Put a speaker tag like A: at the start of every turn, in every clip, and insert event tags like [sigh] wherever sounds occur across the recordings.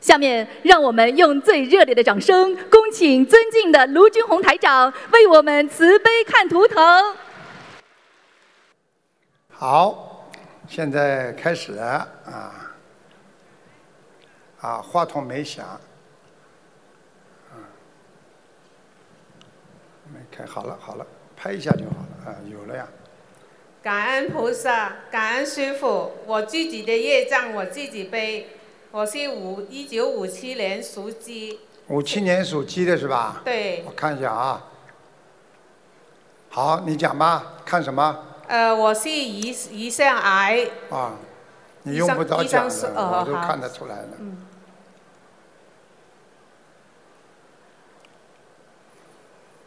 A: 下面，让我们用最热烈的掌声，恭请尊敬的卢军红台长为我们慈悲看图腾。
B: 好，现在开始啊啊，话筒没响，啊，没开，好了好了，拍一下就好了啊，有了呀。
C: 感恩菩萨，感恩师傅，我自己的业障我自己背。我是五一九五七年属鸡，
B: 五七年属鸡的是吧？
C: 对
B: 我，看一下啊。好，你讲吧，看什么
C: 呃，我是胰胰腺癌，
B: 啊？你
C: 医
B: 用
C: 生
B: 不着
C: 医
B: 讲的，
C: 生说哦
B: 我都
C: 好嗯
B: 看得出来了。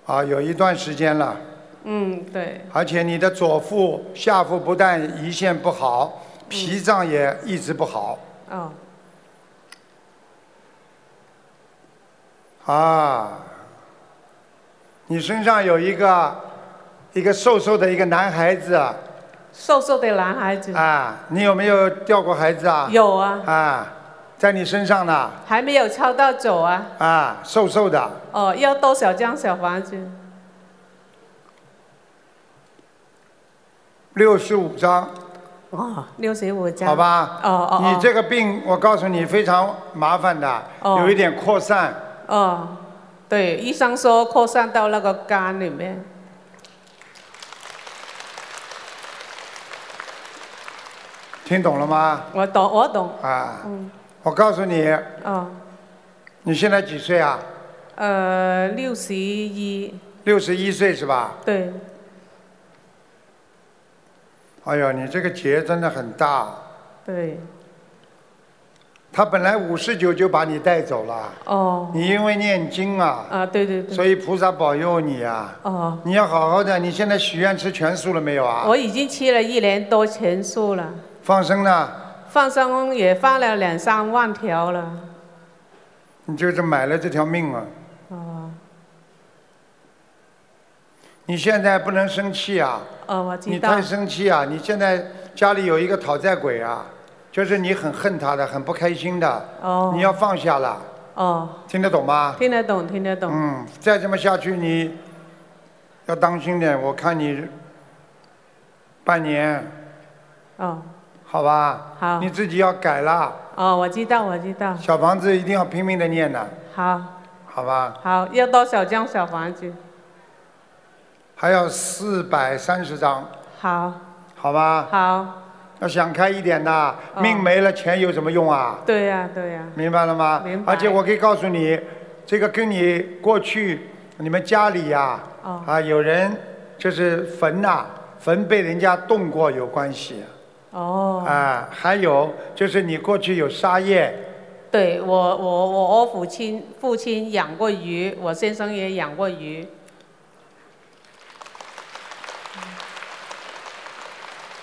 B: 啊，有一段时间了，
C: 嗯，对，
B: 而且你的左腹、下腹不但胰腺不好，
C: 嗯
B: 脾脏也一直不好
C: 哦，
B: 啊。你身上有一个一个瘦瘦的一个男孩子啊
C: 瘦瘦的男孩子，
B: 啊，你有没有掉过孩子啊？
C: 有啊，
B: 啊，在你身上呢，
C: 还没有超到走啊，
B: 啊，瘦瘦的，
C: 哦，要多少张小房子？
B: 六十五张，
C: 哦，六十五张，
B: 好，吧？
C: 哦哦哦
B: 你这个病，我告诉你，非常麻烦的，
C: 哦
B: 有一点扩散，
C: 哦，对，医生说扩散到那个肝里面，
B: 听懂了吗？
C: 我懂，我懂，
B: 啊，我告诉你，
C: 嗯哦，
B: 你现在几岁啊？
C: 呃，六十一，
B: 六十一岁是吧？
C: 对，
B: 哎呦，你这个结真的很大，
C: 对，
B: 他本来五十九就把你带走了，
C: 哦，
B: 你因为念经啊，
C: 啊，对对对，
B: 所以菩萨保佑你啊，
C: 哦。
B: 你要好好的。你现在许愿吃全素了没有啊？
C: 我已经吃了一年多全素了，
B: 放生呢，
C: 放生也放了两三万条了。
B: 你就是买了这条命啊。
C: 哦，
B: 你现在不能生气啊！
C: 哦，我
B: 你
C: 知道
B: 太。生气啊！你现在家里有一个讨债鬼啊，就是你很恨他的，很不开心的，
C: 哦，
B: 你要放下了，
C: 哦，
B: 听得懂吗？
C: 听得懂，听得懂。
B: 嗯，再这么下去你要当心点，我看你半年
C: 哦，
B: 好吧？
C: 好
B: 你自己要改了，
C: 哦，我知道，我知道。
B: 小房子一定要拼命的念的，
C: 好，
B: 好吧？
C: 好，要多少张小房子？
B: 还有四百三十张，
C: 好，
B: 好哦吧？
C: 好，
B: 要想开一点呐，命没了，钱有什么用啊？
C: 对呀、对呀、
B: 明白了吗？
C: 明白
B: 而且我可以告诉你，这个跟你过去你们家里呀、啊，
C: 哦
B: 有人就是坟呐、坟被人家动过有关系啊、
C: 哦，
B: 还有就是你过去有杀业，
C: 对我，我，我，我父亲，父亲养过鱼，我先生也养过鱼。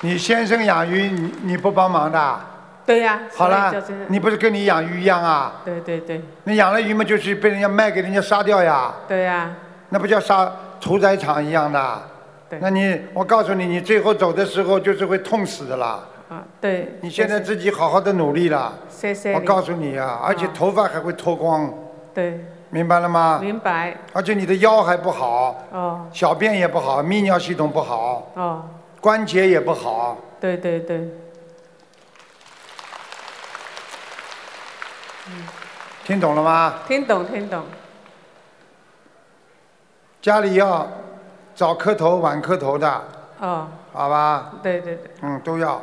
B: 你先生养鱼你你不帮忙的啊，
C: 对呀、所
B: 好
C: 以
B: 了
C: 就是，
B: 你不是跟你养鱼一样啊？
C: 对对对，
B: 你养了鱼嘛，就是被人家卖给人家杀掉呀，
C: 对呀、
B: 那不叫杀屠宰场一样的。
C: 对
B: 那你我告诉你，你最后走的时候就是会痛死的啦。
C: 啊，对。
B: 你现在
C: 谢谢
B: 自己好好的努力了，
C: 谢谢
B: 我
C: 你
B: 告诉你啊，而且头发还会脱光，
C: 对，
B: 明白了吗？
C: 明白。
B: 而且你的腰还不好，
C: 哦
B: 小便也不好，泌尿系统不好，
C: 哦，
B: 关节也不好，
C: 对对对，
B: 听懂了吗？
C: 听懂听懂。
B: 家里要早磕头晚磕头的，
C: 哦，
B: 好吧？
C: 对对对，
B: 嗯，都要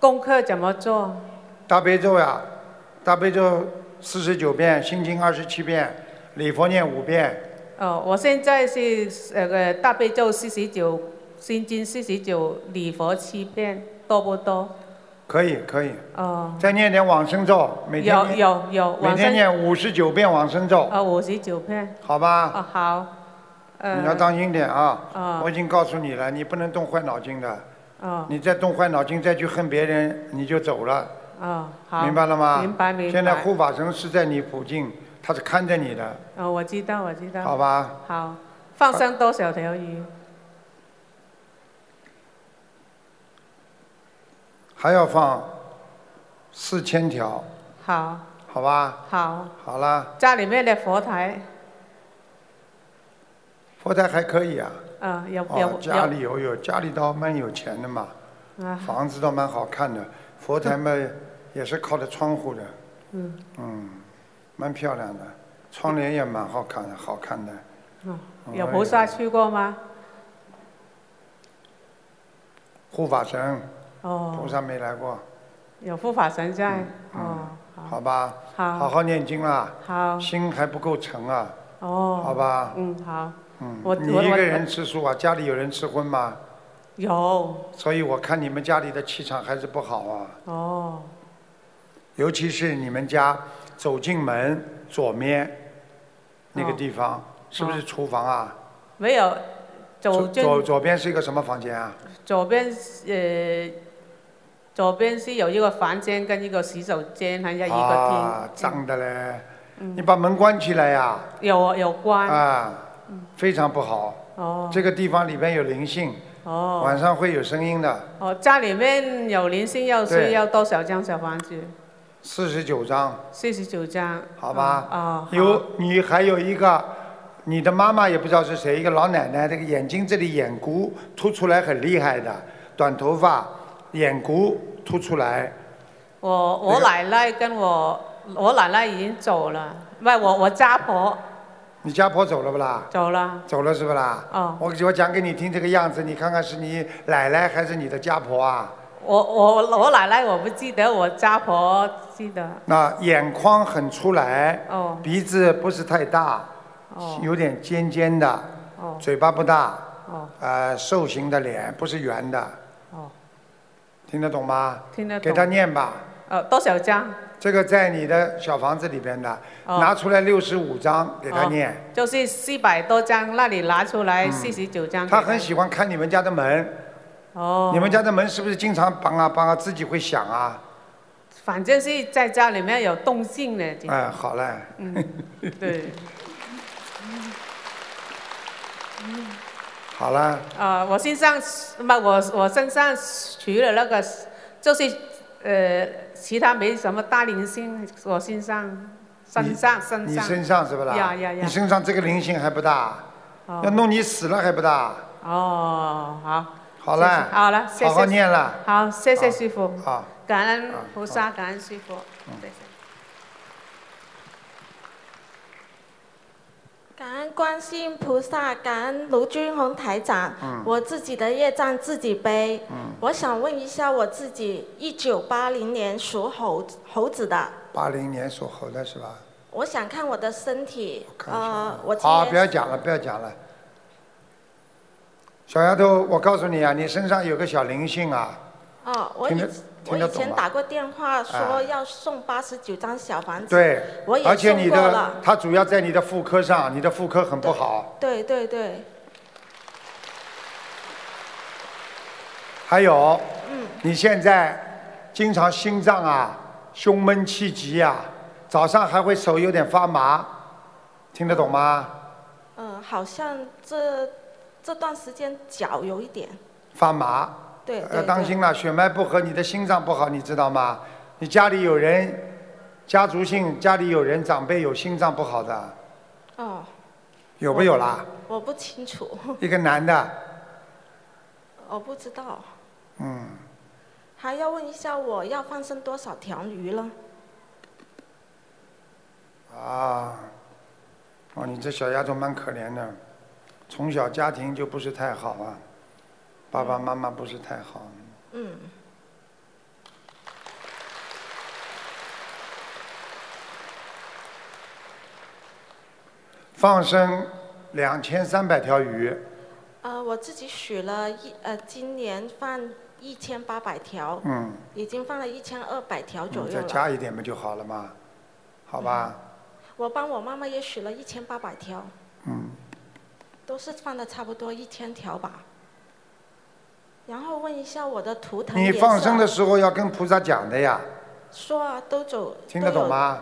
C: 功课怎么做？
B: 大悲咒呀、大悲咒四十九遍，心经二十七遍，礼佛念五遍，
C: 哦，我现在是那个大悲咒四十九，心经四十九，礼佛七遍，多不多？
B: 可以可以，
C: 哦，
B: 再念点往生咒，每天
C: 有
B: 念
C: 有有，
B: 每
C: 晚
B: 天
C: 上
B: 念五十九遍往生咒，
C: 哦五十九遍。
B: 好吧？
C: 哦好，
B: 你要
C: 呃
B: 当心点啊
C: 啊！
B: 我已经告诉你了，你不能动坏脑筋的。
C: 哦
B: 你再动坏脑筋，再去恨别人，你就走了，
C: 哦好，
B: 明白了吗？
C: 明白明白。
B: 现在护法神是在你附近，他是看着你的，
C: 哦，我知道我知
B: 好
C: 道。
B: 吧？
C: 好，放生多少条鱼？
B: 还要放四千条，
C: 好，
B: 好吧？
C: 好，
B: 好啦，
C: 家里面的佛台，
B: 佛台还可以啊。
C: 啊，有
B: 哦
C: 有，
B: 家
C: 有，
B: 里有有，家里倒蛮有钱的嘛，
C: 啊，
B: 房子倒蛮好看的，佛台嘛也是靠着窗户的，
C: 嗯，
B: 嗯，蛮漂亮的，窗帘也蛮好看的，好看的。
C: 哦
B: 哦
C: 有菩萨去过吗？
B: 护法神菩
C: 哦，
B: 萨没来过，
C: 有护法神在，哦，
B: 好吧？
C: 好
B: 嗯好好念经啦，
C: 好，
B: 心还不够诚啊，好
C: 哦，
B: 吧？
C: 嗯，好，
B: 嗯
C: 我，
B: 你
C: 我
B: 一
C: 我
B: 个人吃素啊？家里有人吃荤吗？
C: 有，
B: 所以我看你们家里的气场还是不好啊，
C: 哦，
B: 尤其是你们家走进门左面那个
C: 哦
B: 地方，是不是厨房啊？
C: 没有，
B: 左
C: 走进
B: 左左边是一个什么房间啊？
C: 左边呃，左边是有一个房间跟一个洗手间，还有一
B: 啊
C: 个，厅，嗯
B: 脏的嘞！你把门关起来呀、
C: 有有
B: 啊，
C: 关，
B: 非常不好。
C: 哦
B: 这个地方里边有灵性，
C: 哦
B: 晚上会有声音的。
C: 哦，家里面有灵性要
B: 对
C: 需要多少张小房子？
B: 四十九章，
C: 四十九张，
B: 好吧
C: 哦，哦
B: 有你还有一个，你的妈妈也不知道是谁，一个老奶奶，这个眼睛这里眼骨凸出来很厉害的，短头发，眼骨凸出来，
C: 我我奶奶跟我我奶奶已经走了，唔係我我家婆
B: 你家婆走了不啦？
C: 走了，
B: 走了是不啦？
C: 哦
B: 我我讲给你听这个样子，你看看是你奶奶还是你的家婆啊？
C: 我我我奶奶我不记得，我家婆记得，
B: 那眼眶很出来，
C: 哦
B: 鼻子不是太大，
C: 哦
B: 有点尖尖的，
C: 哦
B: 嘴巴不大，
C: 哦
B: 呃，瘦型的脸不是圆的，
C: 哦，
B: 听得懂吗？
C: 听得
B: 给他
C: 懂，
B: 念吧，
C: 呃多少张？
B: 这个在你的小房子里边的，
C: 哦
B: 拿出来六十五张给他
C: 哦
B: 念。
C: 就是四百多张，那里拿出来四十九张
B: 嗯
C: 给。
B: 他很喜欢看你们家的门，
C: 哦，
B: 你们家的门是不是经常梆啊梆啊，自己会响啊？
C: 反正是在家里面有动静的，
B: 哎，好嘞，
C: 对，
B: [laughs] 好了，
C: 嗯啊，我身上不，我我身上除了那个，就是呃，其他没什么大灵性，我身上身上身
B: 你
C: 上
B: 身上是不啦？
C: 呀呀呀
B: 你身上这个灵性还不大，要
C: 哦
B: 弄你死了还不大。
C: 哦好，
B: 好了
C: 谢，谢好了谢谢
B: 好好念了
C: 好，谢谢
B: 好嗯
C: 师傅，
B: 啊。
C: 感恩
B: 啊
C: 菩萨，感恩师傅，谢谢。
D: 感恩观世音菩萨，感恩卢军红台长。
B: 嗯
D: 我自己的业障自己背。我想问一下我自己，一九八零年属猴猴子的，
B: 八零年属猴的是吧？
D: 我想看我的身体。
B: 看一下
D: 呃，我今
B: 好，不要
D: 天
B: 讲了，不要讲了。小丫头，我告诉你啊，你身上有个小灵性啊，
D: 哦，我
B: 听
D: 以
B: 得
D: 我
B: 听得
D: 以
B: 懂
D: 前
B: 吗
D: 打过电话
B: 啊
D: 说要送八十九张小房子。
B: 对
D: 我，也
B: 而且你
D: 送过
B: 的
D: 了
B: 它主要在你的妇科上，你的妇科很不好，
D: 对对对，
B: 还有，
D: 嗯
B: 你现在经常心脏啊胸闷气急啊，早上还会手有点发麻，听得懂吗？
D: 嗯、好像这这段时间脚有一点。
B: 发麻，
D: 对对
B: 要
D: 对。
B: 呃当心了，血脉不和，你的心脏不好，你知道吗？你家里有人，家族性家里有人长辈有心脏不好的，
D: 哦，
B: 有没有啦？
D: 我不清楚，
B: 一个男的，
D: 我不知道。
B: 嗯，
D: 还要问一下，我要放生多少条鱼了？
B: 啊，哦，你这小丫头蛮可怜的，从小家庭就不是太好啊，爸爸妈妈不是太好。
D: 嗯，
B: 放生两千三百条鱼，
D: 呃，我自己许了一呃，今年放一千八百条，
B: 嗯，
D: 已经放了一千二百条左
B: 你嗯
D: 右
B: 再
D: 了。嗯
B: 加一点不就好了吗？好吧，
D: 我帮我妈妈也许了一千八百条，
B: 嗯，
D: 都是放的差不多一千条吧。然后问一下我的图腾
B: 你
D: 颜色
B: 放生的时候要跟菩萨讲的呀，
D: 说啊，都走
B: 听得懂？吗？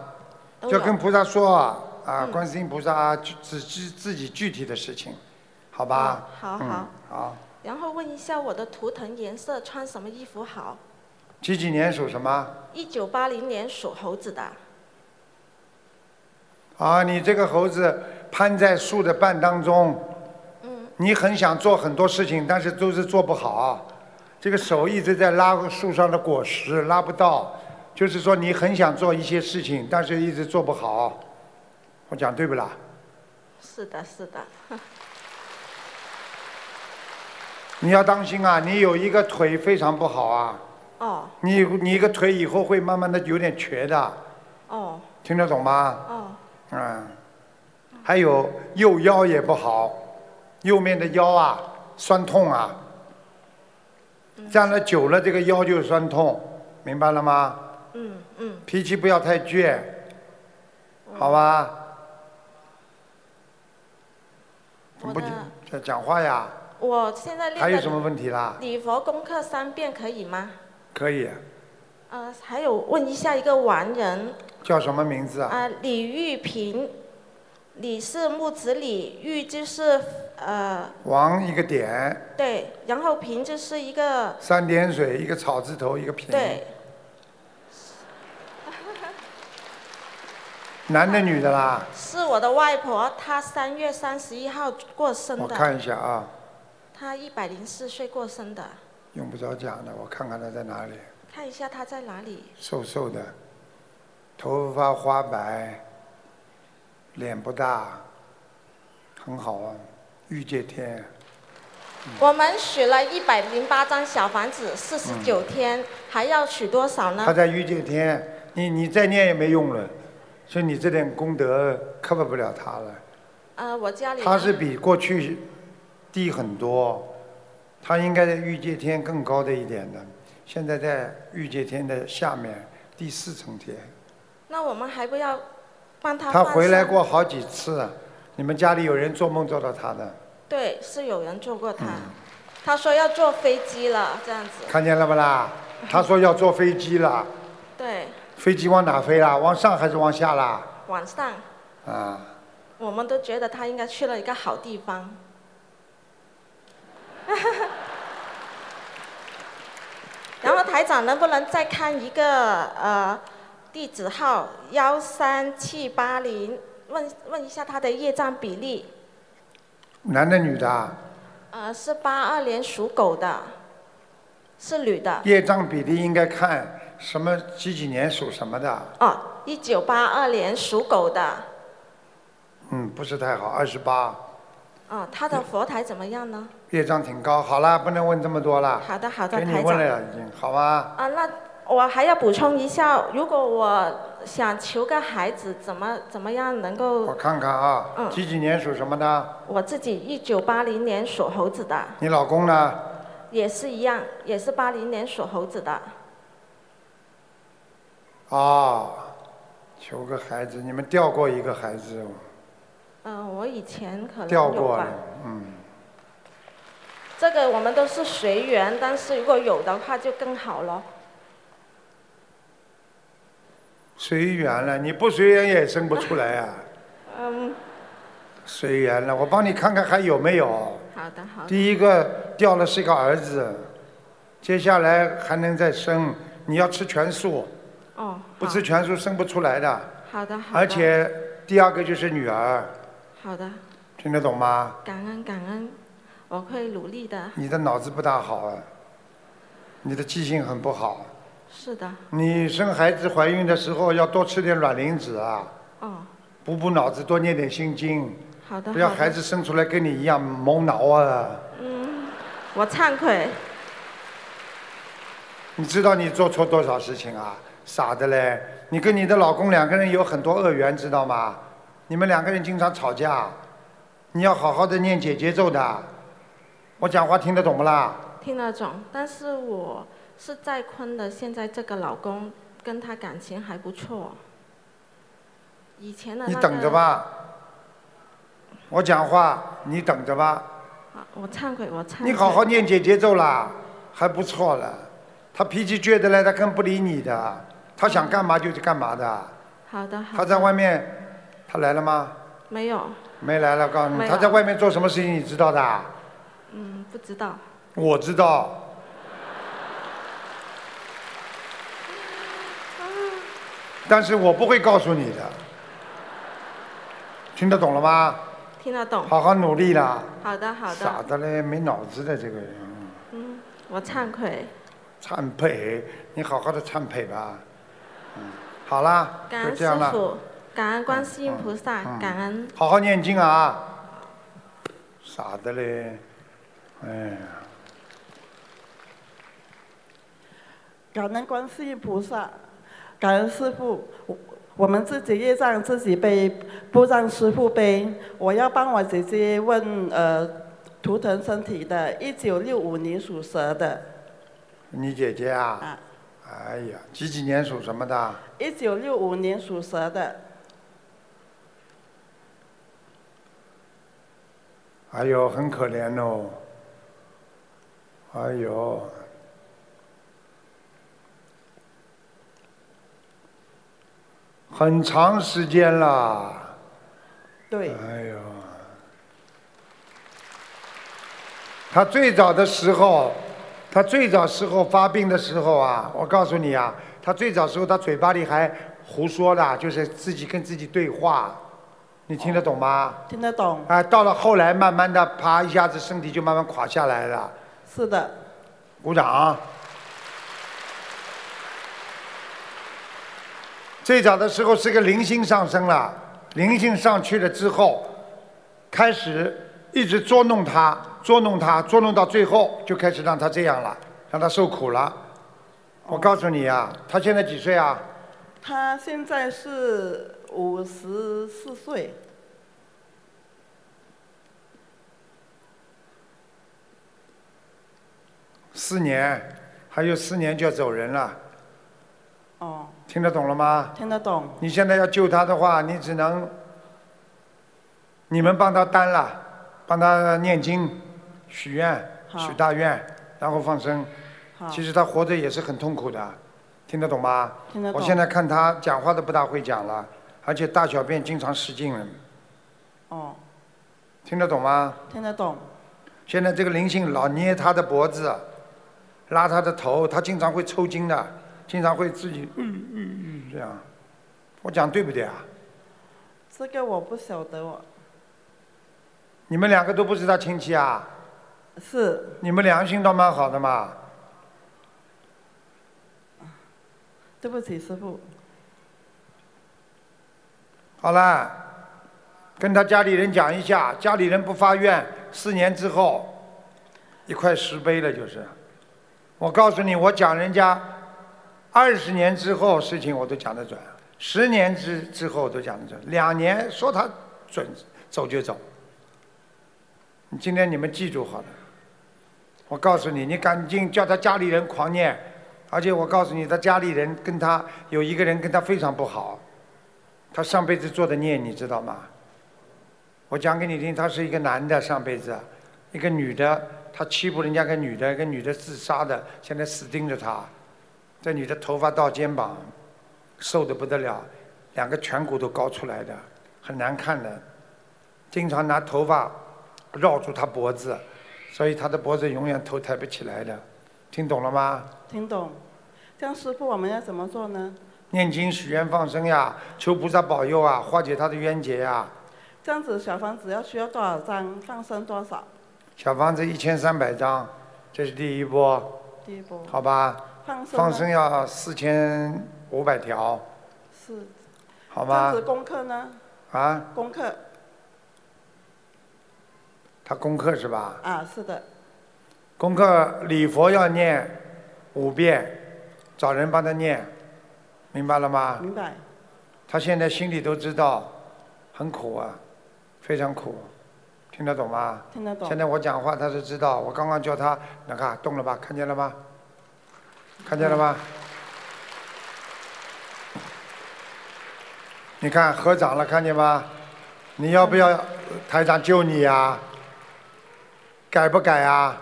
D: 都有嗯
B: 就
D: 都
B: 跟
D: 有
B: 菩萨说啊，啊，观世音菩萨啊具自自自己具体的事情，好吧？
D: 嗯好好
B: 嗯、好。
D: 然后问一下我的图腾颜色，穿什么衣服好？
B: 几几年属什么？
D: 一九八零年属猴子的，
B: 啊，你这个猴子攀在树的半当中，你很想做很多事情，但是都是做不好。啊这个手一直在拉树上的果实，拉不到，就是说你很想做一些事情，但是一直做不好。啊我讲对不啦？
D: 是的，是的， [laughs]
B: 你要当心啊！你有一个腿非常不好啊，
D: 哦
B: 你你一个腿以后会慢慢的有点瘸的，
D: 哦
B: 听得懂吗？
D: 哦，
B: 嗯，还有右腰也不好，右面的腰啊酸痛啊，站了久了这个腰就酸痛，明白了吗？
D: 嗯嗯，
B: 脾气不要太倔，好吧？怎么
D: 我
B: 不
D: 的
B: 这讲话呀？
D: 我现在
B: 还
D: 练
B: 有
D: 的
B: 什么问题啦？
D: 礼佛功课三遍可以吗？
B: 可以，
D: 呃，还有问一下一个完人
B: 叫什么名字啊？
D: 啊、李玉平，李是木子李，玉就是呃
B: 王一个点，
D: 对，然后平就是一个
B: 三点水，一个草字头，一个平。
D: 对
B: 男的女的啦？
D: 是我的外婆，她三月三十一号过生
B: 我
D: 的，
B: 看一下啊，
D: 她一百零四岁过生的，
B: 用不着讲的，我看看他在哪里，
D: 看一下她在哪里。
B: 瘦瘦的，头发花白，脸不大，很好啊，玉界天。
D: 我们许了一百零八张小房子，四十九天，还要许多少
B: 他
D: 呢？
B: 在遇见天，你你再念也没用了，所以你这点功德 cover 不了他了。
D: 呃，我家里
B: 他是比过去低很多，他应该在遇界天更高的一点的，现在在遇界天的下面第四层天。
D: 那我们还不要帮她
B: 他
D: 放
B: 回来
D: 生
B: 过好几次，啊你们家里有人做梦做到他的，
D: 对，是有人坐过他，他说要坐飞机了，这样子。
B: 嗯看见了不啦？他说要坐飞机了，
D: 对，
B: 飞机往哪飞啦？往上还是往下啦？
D: 晚上
B: 啊，
D: 我们都觉得他应该去了一个好地方。 [laughs] 然后台长能不能再看一个呃地址号幺三七八零？问问一下他的业障比例，
B: 男的女的啊？
D: 呃，是八二年属狗的，是女的，
B: 业障比例应该看什么几几年属什么的，
D: 哦，一九八二年属狗的，
B: 嗯，不是太好，二十八，
D: 哦，他的佛台怎么样呢？
B: 业障挺高。好了，不能问这么多了，
D: 好的，好的，
B: 给你
D: 台
B: 问
D: 长。
B: 了已经，好吧？
D: 啊，那我还要补充一下，如果我想求个孩子，怎么怎么样能
B: 我
D: 够
B: 看看啊，
D: 嗯
B: 几几年属什么的？
D: 我自己一九八零年属猴子的，
B: 你老公呢？
D: 也是一样，也是八零年属猴子的。
B: 哦，求个孩子，你们掉过一个孩子哦，
D: 嗯、我以前可能
B: 掉
D: 有
B: 过了
D: 吧。，
B: 嗯，
D: 这个我们都是随缘，但是如果有的话就更好了。
B: 随缘了，你不随缘也生不出来啊。
D: 嗯，
B: 随缘了，我帮你看看还有没有。
D: 好的，好的。
B: 第一个掉了是一个儿子，接下来还能再生。你要吃全素，
D: 哦，
B: 不
D: 好
B: 吃全素生不出来的。
D: 好的，好的。
B: 而且第二个就是女儿，
D: 好的，
B: 听得懂吗？
D: 感恩感恩，我会努力的。
B: 你的脑子不大好啊，你的记性很不好。
D: 是的，
B: 你生孩子怀孕的时候要多吃点卵磷脂啊，
D: 哦，
B: 补补脑子，多念点心经，
D: 好的。
B: 不要
D: 好的
B: 孩子生出来跟你一样蒙挠啊。
D: 嗯我忏悔，
B: 你知道你做错多少事情啊？傻的嘞！你跟你的老公两个人有很多恶缘，知道吗？你们两个人经常吵架，你要好好的念姐姐咒的。我讲话听得懂不啦？
D: 听得懂，但是我是再婚的，现在这个老公跟他感情还不错。以前的、那
B: 你
D: 个、
B: 等着吧。我讲话，你等着吧。
D: 啊！我忏悔，我忏悔。
B: 你好好念姐姐咒啦，还不错了。他脾气倔得来，他更不理你的。他想干嘛就是干嘛的。
D: 好的好的。
B: 他在外面，他来了吗？
D: 没有，
B: 没来了，告诉你，
D: 没
B: 他
D: 有
B: 在外面做什么事情，你知道的啊、
D: 嗯，不知道。
B: 我知道。但是我不会告诉你的，听得懂了吗？
D: 听得懂？
B: 好好努力啦！
D: 好的，好
B: 傻
D: 的。
B: 的嘞，没脑子的这个人，
D: 嗯，我忏悔，
B: 忏悔，你好好的忏悔吧。嗯，好啦，
D: 感
B: 就
D: 恩
B: 这
D: 师
B: 样了，嗯
D: 傅，感恩观世音菩萨，感恩。
B: 好好念经啊！傻的嘞，哎呀，
E: 感恩观世音菩萨，感恩师傅。我我们自己业障自己背，不让师傅背。我要帮我姐姐问呃，图腾身体的，一九六五年属蛇的
B: 你姐姐啊，
E: 啊，
B: 哎呀，几几年属什么的？
E: 一九六五年属蛇的，
B: 哎呦，很可怜哦。哎呦，很长时间了。
E: 对，
B: 哎呦，他最早的时候，他最早时候发病的时候啊，我告诉你啊，他最早时候他嘴巴里还胡说的，就是自己跟自己对话，你听得懂吗？
E: 听得懂？
B: 啊，到了后来，慢慢的，啪，一下子身体就慢慢垮下来了。
E: 是的，
B: 鼓掌啊。最早的时候是个零星上升了，零星上去了之后，开始一直捉弄他，捉弄他，捉弄到最后就开始让他这样了，让他受苦了。我告诉你啊，他现在几岁啊？
E: 他现在是五十四岁，
B: 四年，还有四年就要走人了，
E: 哦，
B: 听得懂了吗？
E: 听得懂？
B: 你现在要救他的话，你只能你们帮他担了，帮他念经、许愿、
E: 好
B: 许大愿，然后放生。
E: 好，
B: 其实他活着也是很痛苦的，听得懂吗？
E: 听得
B: 我
E: 懂。
B: 现在看他讲话都不大会讲了，而且大小便经常失禁了，
E: 哦，
B: 听得懂吗？
E: 听得懂，
B: 现在这个灵性老捏他的脖子，拉他的头，他经常会抽筋的，经常会自己嗯嗯嗯这样。我讲对不对啊？
E: 这个我不晓得哦我，
B: 你们两个都不是他亲戚啊？
E: 是
B: 你们良心倒蛮好的嘛，
E: 对不起师傅，
B: 好了，跟他家里人讲一下，家里人不发愿，四年之后，一块石碑了就是。我告诉你，我讲人家二十年之后事情我都讲得准，十年之之后我都讲得准，两年说他准走就走。今天你们记住好了，我告诉你，你赶紧叫他家里人狂念，而且我告诉你，他家里人跟他有一个人跟他非常不好。他上辈子做的孽，你知道吗？我讲给你听，他是一个男的，上辈子，啊一个女的，他欺负人家个女的，一个女的自杀的，现在死盯着他。这女的头发到肩膀，瘦的不得了，两个颧骨都高出来的，很难看的，经常拿头发绕住他脖子，所以他的脖子永远头抬不起来的。听懂了吗？
E: 听懂。这样师傅我们要怎么做呢？
B: 念经、许愿、放生呀，求菩萨保佑啊，化解他的冤结呀。
E: 这样子小房子要需要多少张？放生多少？
B: 小房子一千三百张，这是第一波，
E: 第一波
B: 好吧？
E: 放生呢
B: 放生要四千五百条，
E: 是
B: 好
E: 这样
B: 吗
E: 子？功课呢？
B: 啊，
E: 功课
B: 他功课是吧？
E: 啊，是的，
B: 功课礼佛要念五遍，找人帮他念，明白了吗？
E: 明白。
B: 他现在心里都知道，很苦啊，非常苦，听得懂吗？
E: 听得懂
B: 现在我讲话他是知道，我刚刚叫他，你看动了吧？看见了吗？看见了吗？你看合掌了，看见吗？你要不要呃台长救你呀、改不改啊？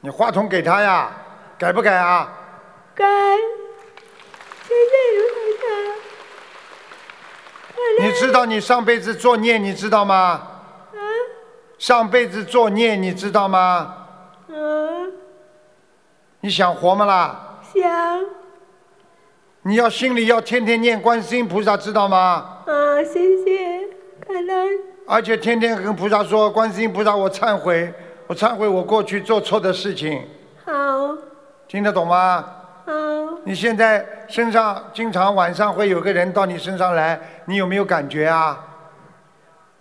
B: 你话筒给他呀，改不改啊？
F: 该，谢谢卢台长。
B: 你知道你上辈子作孽，你知道吗？上辈子作孽，你知道吗？
F: 嗯，
B: 你想活吗啦？
F: 想，
B: 你要心里要天天念观世音菩萨，知道吗？
F: 啊，谢谢。感恩。
B: 而且天天跟菩萨说：“观世音菩萨，我忏悔，我忏悔我过去做错的事情。
F: 好，”
B: 听得懂吗？
F: 好，
B: 你现在身上经常晚上会有个人到你身上来，你有没有感觉啊？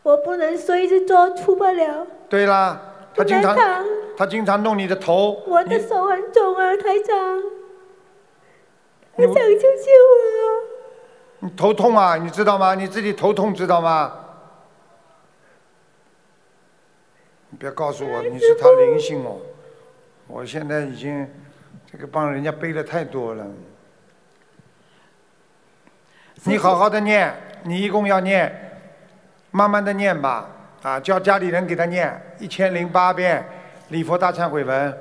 F: 我不能随时做，出不了。
B: 对啦，他经常
F: 台长，
B: 他经常弄你的头，
F: 我的
B: 你
F: 手很肿啊，台长。台
B: 你
F: 长救救
B: 你头痛啊，你知道吗？你自己头痛知道吗？你不要告诉我你是他灵性哦，我现在已经这个帮人家背的太多了。你好好的念，你一共要念，慢慢的念吧，啊，叫家里人给他念一千零八遍礼佛大忏悔文，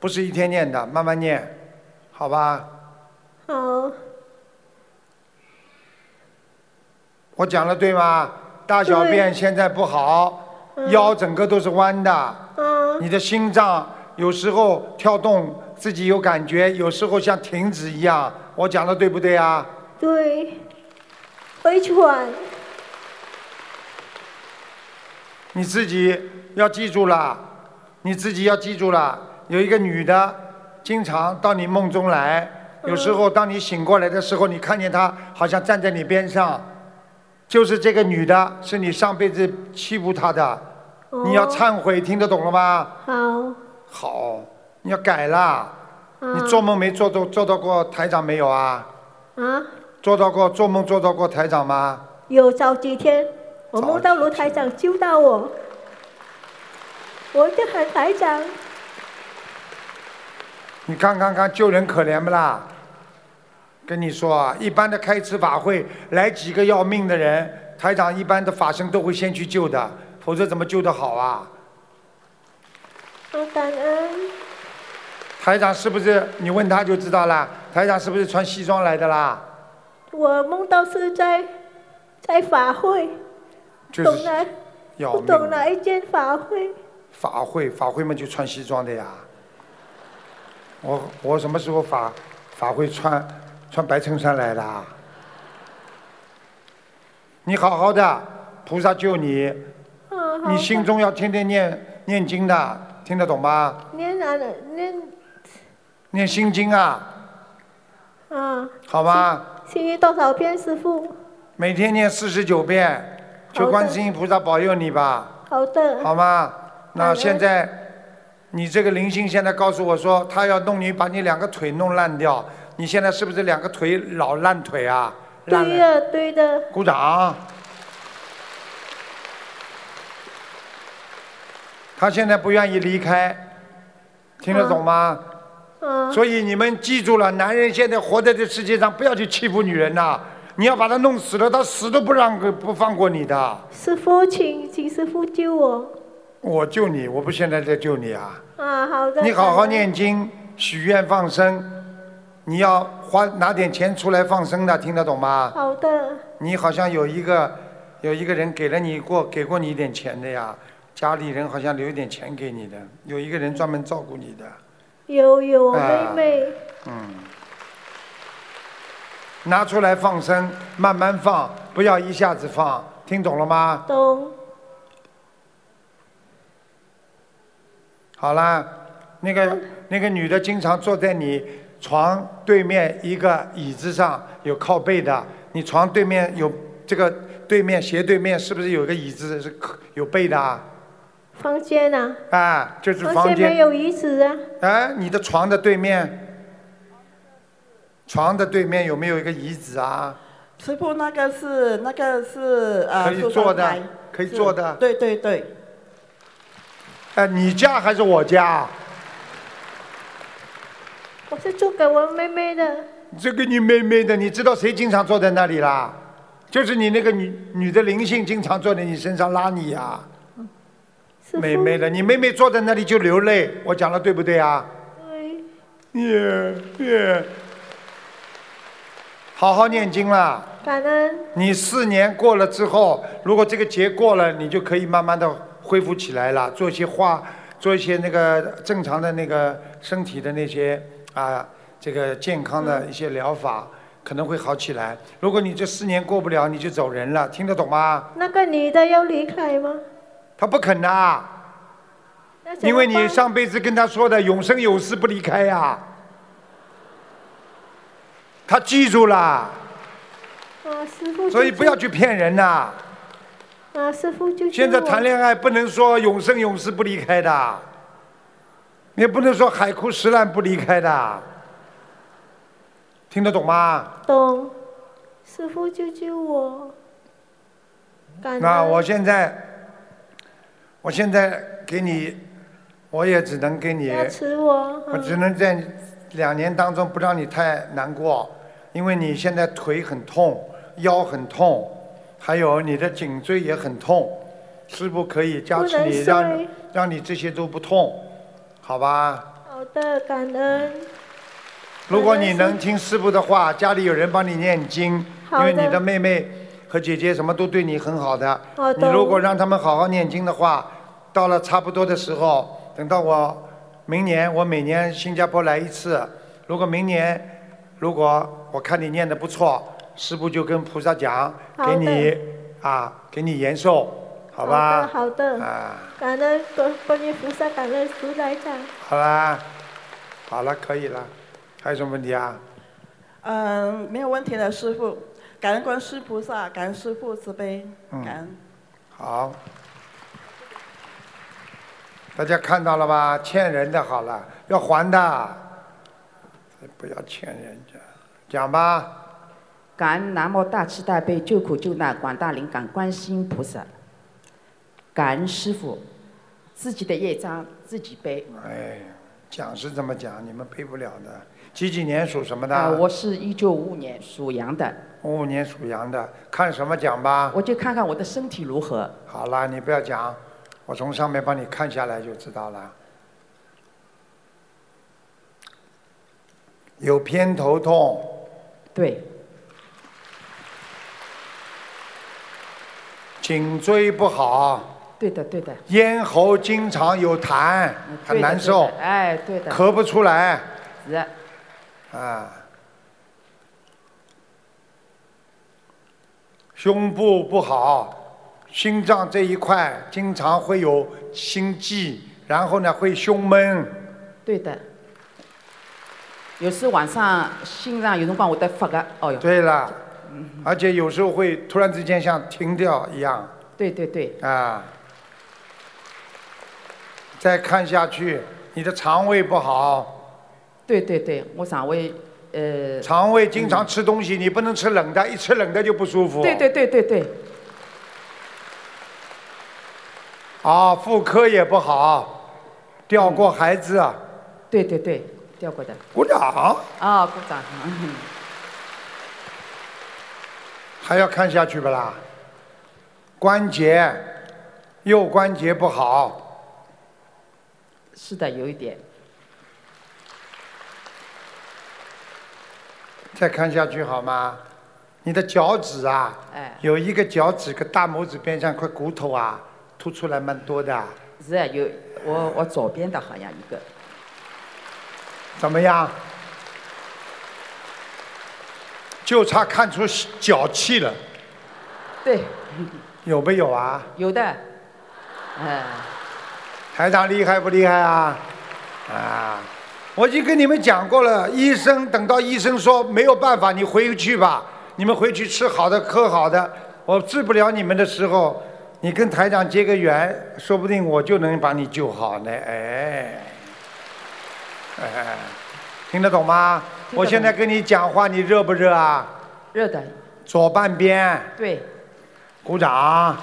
B: 不是一天念的，慢慢念，好吧？
F: 我！好，
B: 我讲的对吗？大小便现在不好，
F: 啊
B: 腰整个都是弯的，
F: 嗯，
B: 你的心脏有时候跳动自己有感觉，有时候像停止一样。我讲的对不对啊？
F: 对，回喘，
B: 你自己要记住了，你自己要记住了。有一个女的，经常到你梦中来，有时候当你醒过来的时候，你看见她好像站在你边上，就是这个女的，是你上辈子欺负她的，
F: 哦
B: 你要忏悔，听得懂了吗？
F: 好，
B: 好，你要改啦！
F: 嗯
B: 你做梦没做到做到过台长没有啊？
F: 啊，
B: 做到过做梦做到过台长吗？
F: 有早几天，我梦到卢台长救到我，我就喊台长，
B: 你看看看救人可怜不啦？跟你说啊，一般的开吃法会来几个要命的人，台长一般的法身都会先去救的，否则怎么救得好啊？
F: 我哦感恩，
B: 台长是不是你问他就知道啦？台长是不是穿西装来的啦？
F: 我梦到是在在法会，
B: 就
F: 懂
B: 是
F: 了，
B: 要
F: 不
B: 命
F: 懂
B: 的
F: 哪一间法会，
B: 法会，法会嘛就穿西装的呀。我我什么时候法法会穿穿白衬衫来的啊？你好好的，菩萨救你，
F: 嗯，好
B: 你心中要天天念念经的，听得懂吗？
F: 念哪了念
B: 念心经啊，
F: 啊，
B: 好吗？
F: 心经多少遍，师傅？
B: 每天念四十九遍，求
F: 好的
B: 观世音菩萨保佑你吧。
F: 好的，
B: 好吗？那
F: 好的
B: 现在你这个灵性现在告诉我说，他要弄你，把你两个腿弄烂掉。你现在是不是两个腿老烂腿啊？烂
F: 对
B: 了。
F: 的，对的，
B: 鼓掌。他现在不愿意离开，听得懂吗？
F: 嗯，
B: 所以你们记住了，男人现在活在这世界上，不要去欺负女人呐、你要把他弄死了，他死都不让不放过你的。
F: 师傅，请请师傅救我。
B: 我救你，我不现在在救你啊。
F: 啊，好的。
B: 你好
F: 感
B: 好
F: 恩。
B: 念经、许愿、放生，你要花拿点钱出来放生的，听得懂吗？
F: 好的，
B: 你好像有一个有一个人给了你过给过你一点钱的呀，家里人好像留一点钱给你的，有一个人专门照顾你的，
F: 有有我
B: 啊
F: 妹妹，
B: 嗯拿出来放生，慢慢放，不要一下子放，听懂了吗？
F: 懂
B: 好啦，那个那个女的经常坐在你床对面一个椅子上，有靠背的。你床对面有这个对面斜对面是不是有个椅子是靠有背的啊？
F: 房间啊，
B: 啊，就是
F: 房
B: 房
F: 间没
B: 间。
F: 有椅子啊，
B: 哎，你的床的对面，床的对面有没有一个椅子啊？
E: 师傅那个是那个是呃，
B: 可以
E: 梳
B: 坐
E: 妆
B: 的
E: 台，
B: 可以
E: 是
B: 坐的。
E: 对对对，
B: 哎，你家还是我家？
F: 我是做给我妹妹的。
B: 这个你妹妹的，你知道谁经常坐在那里啦？就是你那个女女的灵性经常坐在你身上拉你呀、
F: 师傅，
B: 妹妹的，你妹妹坐在那里就流泪，我讲的对不对啊？
F: 对，
B: 耶耶，好好念经啦。
F: 感恩，
B: 你四年过了之后，如果这个节过了，你就可以慢慢的恢复起来了，做一些化，做一些那个正常的那个身体的那些啊，这个健康的一些疗法。可能会好起来。如果你这四年过不了，你就走人了，听得懂吗？
F: 那个女的要离开吗？
B: 他不肯呐、啊
F: 那怎么
B: 因为你
F: 办
B: 上辈子跟他说的永生有死不离开呀、他记住了，
F: 啊，师傅，
B: 所以不要。去骗人呐、
F: 啊，师傅就
B: 现在谈
F: 恋
B: 恋爱不能说永生永世不离开的，也不能说海枯石烂不离开的，听得懂吗？
F: 懂，师傅救救我。感
B: 那
F: 恩
B: 我现在，我现在给你，我也只能给你，
F: 加持我。
B: 我只
F: 嗯
B: 能在两年当中不让你太难过，因为你现在腿很痛，腰很痛，还有你的颈椎也很痛，师傅可以加持你，
F: 不能
B: 让
F: 睡
B: 让你这些都不痛，好吧？
F: 好的，感恩。
B: 如果你
F: 好的
B: 能听师傅的话，家里有人帮你念经，因
F: 好的
B: 为你的妹妹和姐姐什么都对你很好的。
F: 好
B: 你
F: 的
B: 如果让他们好好念经的话，到了差不多的时候，等到我明年，我每年新加坡来一次。如果明年，如果我看你念的不错，师傅就跟菩萨讲，
F: 好
B: 给
F: 的
B: 你啊，给你延寿，好
F: 好
B: 吧
F: 的，？好的，
B: 啊，
F: 感恩观观音菩萨，感恩如来藏。
B: 好啦，好了，可以了。还有什么问题啊？
E: 嗯，没有问题的，师傅。感恩观世菩萨，感恩师傅慈悲，
B: 嗯
E: 感恩。
B: 好，大家看到了吧？欠人的好了，要还的，哎不要欠人家。讲吧，
G: 感恩南无大慈大悲救苦救难广大灵感观世音菩萨，感恩师傅，自己的业障自己背。
B: 哎，讲是这么讲，你们背不了的。几几年属什么
G: 啊、
B: 的？
G: 我是一九五五年属羊的，
B: 五五年属羊的，看什么讲吧。
G: 我就看看我的身体如何。
B: 好了，你不要讲，我从上面帮你看下来就知道了。有偏头痛，
G: 对，
B: 颈椎不好，
G: 对的，对的，
B: 咽喉经常有痰
G: 嗯，对
B: 很
G: 的
B: 难
G: 对
B: 受
G: 的，哎，对的，
B: 咳不出来
G: 是，
B: 啊。胸部不好，心脏这一块经常会有心悸，然后呢会胸闷，
G: 对的。有时晚上心脏有辰光会得发个，哦哟，
B: 对了，而且有时候会突然之间像停掉一样
G: 对对对，
B: 啊。再看下去，你的肠胃不好，
G: 对对对，我肠胃，呃，
B: 肠胃经常吃东西，你不能吃冷的，一吃冷的就不舒服。
G: 对对对对对，
B: 啊，妇科也不好，掉过孩子啊，
G: 对对对，掉过的，
B: 鼓掌，
G: 啊、鼓掌。 [laughs]
B: 还要看下去不啦？关节，右关节不好，
G: 是的，有一点。
B: 再看下去好吗？你的脚趾啊，
G: 哎，
B: 有一个脚趾跟大拇指边上块骨头啊，凸出来蛮多的，
G: 是啊，有我我左边的好像一个，
B: 怎么样？就差看出脚气了，
G: 对，
B: 有没有啊？
G: 有的，哎，
B: 台长厉害不厉害啊？啊，我已经跟你们讲过了，医生等到医生说没有办法，你回去吧，你们回去吃好的喝好的，我治不了你们的时候，你跟台长结个缘，说不定我就能把你救好呢。哎，哎，听得懂吗？
G: 听得懂
B: 我现在跟你讲话，你热不热啊？
G: 热的，
B: 左半边，
G: 对，
B: 鼓掌。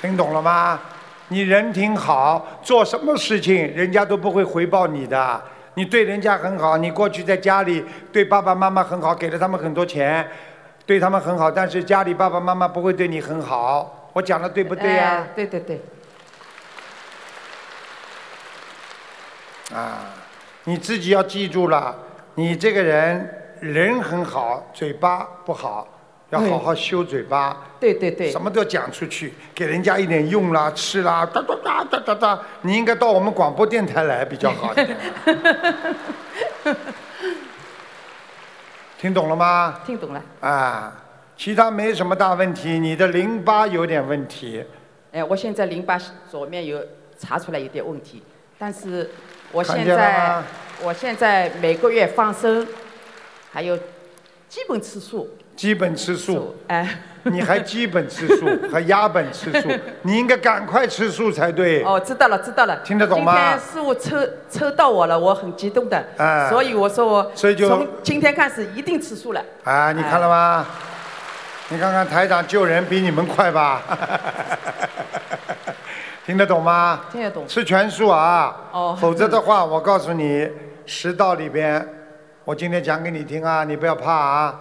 B: 听懂了吗？你人挺好，做什么事情人家都不会回报你的。你对人家很好，你过去在家里对爸爸妈妈很好，给了他们很多钱，对他们很好，但是家里爸爸妈妈不会对你很好。我讲的对不对呀、
G: 哎对对对，
B: 啊你自己要记住了，你这个人人很好，嘴巴不好，要好好修嘴巴。
G: 对对对
B: 什，么都要讲出去，给人家一点用啦、吃啦，哒哒哒哒哒哒。
G: [laughs]
B: 你应该到我们广播电台来比较好一点。听懂了吗？
G: 听懂了？
B: 啊，其他没什么大问题，你的淋巴有点问题，
G: 哎，我现在淋巴左面有查出来有点问题，但是我
B: 看
G: 现
B: 见了
G: 在
B: 吗
G: 我现在每个月放生，还有基本吃素，
B: 基本吃素，
G: 哎，
B: 你还基本吃
G: [laughs]
B: 素，还压本吃素，你应该赶快吃素才对。
G: 哦，知道了，知道了，
B: 听得懂吗
G: 今天师傅抽抽到我了，我很激动的，
B: 哎
G: 所以我说我
B: 所以就
G: 从今天开始一定吃素了。
B: 啊，你看了吗？你看看台长救人比你们快吧？ [laughs] 听得懂吗？
G: 听得懂
B: 吃全素啊，
G: 哦
B: 否则的话，我告诉你，食道里边，我今天讲给你听啊，你不要怕啊，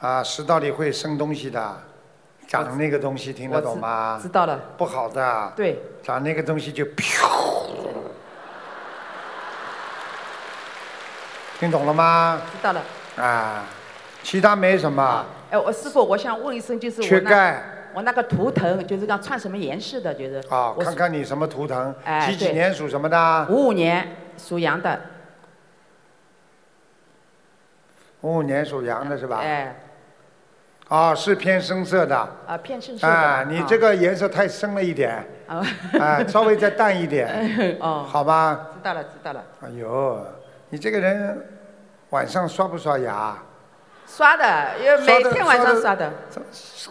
B: 啊，食道里会生东西的，长那个东西，听得懂
G: 我
B: 吗
G: 知？知道了，
B: 不好的，
G: 对，
B: 长那个东西就飘，听懂了吗？
G: 知道了。
B: 啊，其他没什么，
G: 哎，我师傅，我想问一声，就是我
B: 缺
G: 那
B: 钙
G: 我那个图腾，就是讲穿什么颜色的，就是
B: 啊，
G: 我
B: 看看你什么图腾，
G: 哎
B: 几几
G: 对
B: 年属什么的？啊
G: 五五年属羊的，
B: 五五年属哦羊的是吧？
G: 哎，
B: 啊，是偏深色的。
G: 啊，偏深色的。
B: 啊，你这
G: 个
B: 个颜色太深了一点，
G: 啊， [laughs]
B: 啊，稍微再淡一点，
G: 哦，
B: 好吧？
G: 知道了，知道了，
B: 哎呦，你这个人晚上刷不刷牙？
G: 刷的，因为每天晚上刷的。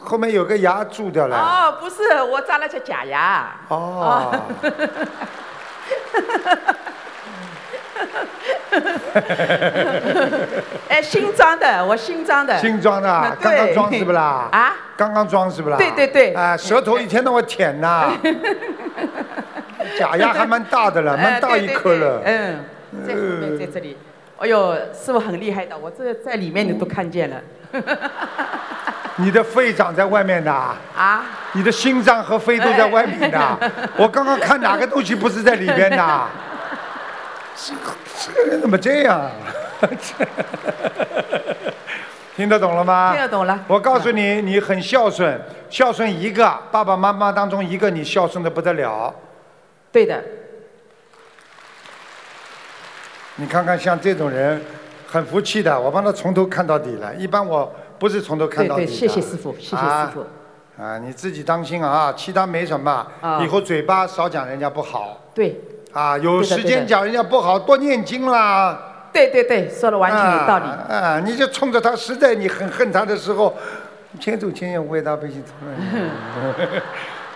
B: 后面有个牙蛀掉了。
G: 哦，不是，我扎了个假牙。啊
B: 哦，
G: 哎，新装的，我新装的。
B: 新装的
G: 那
B: 啊，刚
G: 对
B: 刚装是不啦？
G: [laughs] 啊，
B: 刚刚装是不啦？
G: 对对对
B: 啊，舌头一天到晚舔
G: [laughs]
B: 呐，假牙还蛮大的了，
G: [laughs] 呃
B: 蛮大一颗了。
G: 对对对嗯，在后面在这里。哎呦，师傅很厉害的，我这个在里面你都看见了
B: 你的肺长在外面的啊，
G: 啊。
B: 你的心脏和肺
G: 哎
B: 都在外面
G: [laughs]
B: 的。我刚刚看哪个东西不是在里边的？这个这个人怎么这样啊？ [laughs] 听得懂了吗？
G: 听得懂了
B: 我告诉你，你很孝顺，孝顺一个爸爸妈妈当中一个，你孝顺的不得了。
G: 对的，
B: 你看看像这种人，很服气的，我帮他从头看到底了。一般我不是从头看到底的。
G: 对对谢谢师傅谢谢
B: 啊
G: 师傅
B: 啊，你自己当心啊，其他没什么，
G: 啊
B: 以后嘴巴少讲人家不好
G: 对，
B: 啊，有
G: 对的
B: 时
G: 对
B: 间
G: 的
B: 讲人家不好，多念经啦。
G: 对对对，说的完全有道理。
B: 啊啊，你就冲着他，实在你很恨他的时候，千走千眼为他背心痛
G: [laughs]
B: 了。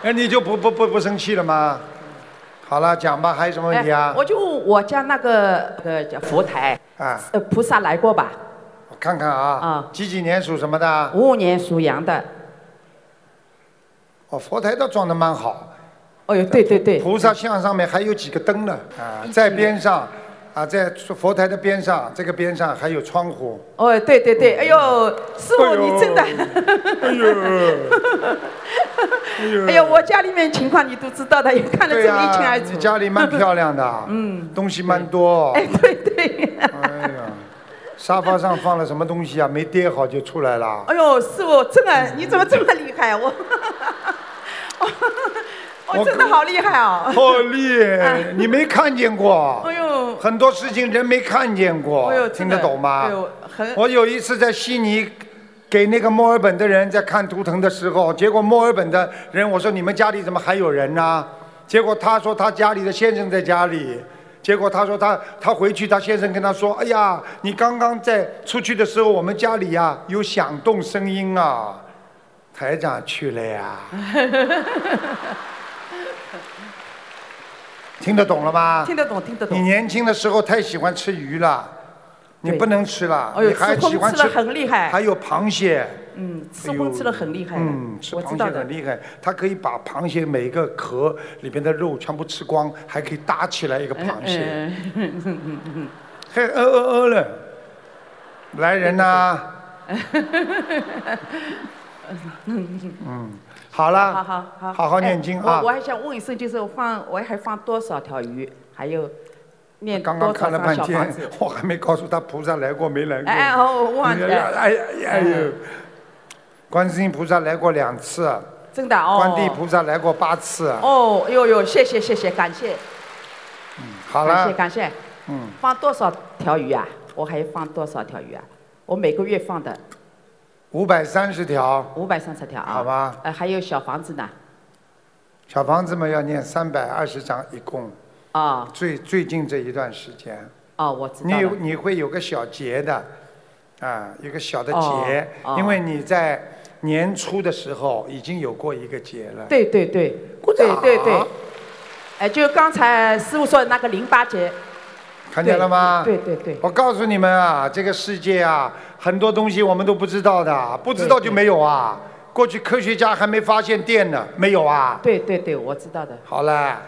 B: 哎，你就不不不不生气了吗？好了，讲吧，还有什么问题啊
G: 哎？我就问我家那个呃叫佛台，
B: 啊，
G: 呃菩萨来过吧？
B: 我看看啊
G: 啊，
B: 几几年属什么的？
G: 五五年属羊的。
B: 哦，佛台倒装得蛮好，
G: 哦呦，对对对，
B: 菩萨像上面还有几个灯呢，啊，在边上，啊，在佛台的边上，这个边上还有窗户。
G: 哦对对对，哎呦，师
B: 哎
G: 傅
B: 呦
G: 你真的，
B: 哎呦，
G: 哎呦，我家里面情况你都知道的，也看得这
B: 对
G: 么
B: 呀、
G: 一清二楚
B: 你。家里蛮漂亮
G: [laughs]
B: 的，嗯，东西蛮多。哎，对对。哎呀，沙发上放了什么东西啊？没叠好就出来
G: [laughs]
B: 了。
G: 哎呦，师傅，真
B: 嗯
G: 的，你怎么这么厉害？啊我， [laughs] 我
B: 我
G: 真的好厉害哦！
B: 好厉害，你没看见过。
G: [laughs] 哎呦，
B: 很多事情人没看见过
G: 哎呦，，
B: 听
G: 真的
B: 得懂吗？
G: 哎呦，很，
B: 我有一次在悉尼。给那个墨尔本的人在看图腾的时候，结果墨尔本的人我说你们家里怎么还有人呢？结果他说他家里的先生在家里，结果他说他他回去他先生跟他说，哎呀，你刚刚在出去的时候，我们家里呀、啊有响动声音啊，台长去了呀，听得懂了吗？
G: 听得懂，听得
B: 你
G: 懂。
B: 年轻的时候太喜欢吃鱼了，你
G: 对
B: 不能吃了，
G: 哎呦
B: 你还
G: 吃荤
B: 喜欢
G: 吃得很厉害
B: 还有螃蟹，
G: 嗯，吃
B: 哎呦
G: 荤吃的很厉害的
B: 嗯，吃，
G: 我知
B: 螃
G: 道
B: 蟹
G: 的
B: 很。厉害，它可以把螃蟹每一个壳里边的肉全部吃光，还可以搭起来一个螃蟹，
G: 嗯，
B: 嘿，呃呃呃了，来人呐、
G: [laughs]
B: 嗯，好
G: [laughs]
B: 了，
G: 好好好，
B: 好好
G: 哎
B: 念经啊
G: 我我还想问一声，就是我放我还放多少条鱼，还有念
B: 刚刚
G: 多
B: 看
G: 少
B: 了半
G: 张小房
B: 天
G: 子？，
B: [laughs] 我还没告诉他菩萨来过没来过。
G: 哎哎哦我忘记了嗯
B: 哎呀哎呀哎呦！观世音菩萨来过两次，啊
G: 真的哦。
B: 观地菩萨来过八次。啊
G: 哦，呦呦，谢谢谢谢，感谢
B: 好
G: 感谢
B: 了，
G: 感谢。
B: 嗯，
G: 放多少条鱼啊？我还放多少条鱼啊？我每个月放的
B: 五百三十条，
G: 五百三十条啊。
B: 好吧。
G: 呃，还有小房子呢。
B: 小房子们要念三百二十章，一共
G: 哦
B: 最最近这一段时间，
G: 哦，我知
B: 你
G: 道
B: 有
G: 了。
B: 你会有个小结的，啊，有个小的
G: 哦
B: 结，
G: 哦
B: 因为你在年初的时候已经有过一个结了。
G: 对对对，
B: 哎鼓
G: 对
B: 掌
G: 对对。哎，就刚才师傅说的那个淋巴结。
B: 看见了吗？
G: 对对对。
B: 我告诉你们啊，这个世界啊，很多东西我们都不知道的，不知道就没有啊。过去科学家还没发现电呢，没有啊。
G: 对对对，我知道的。
B: 好了，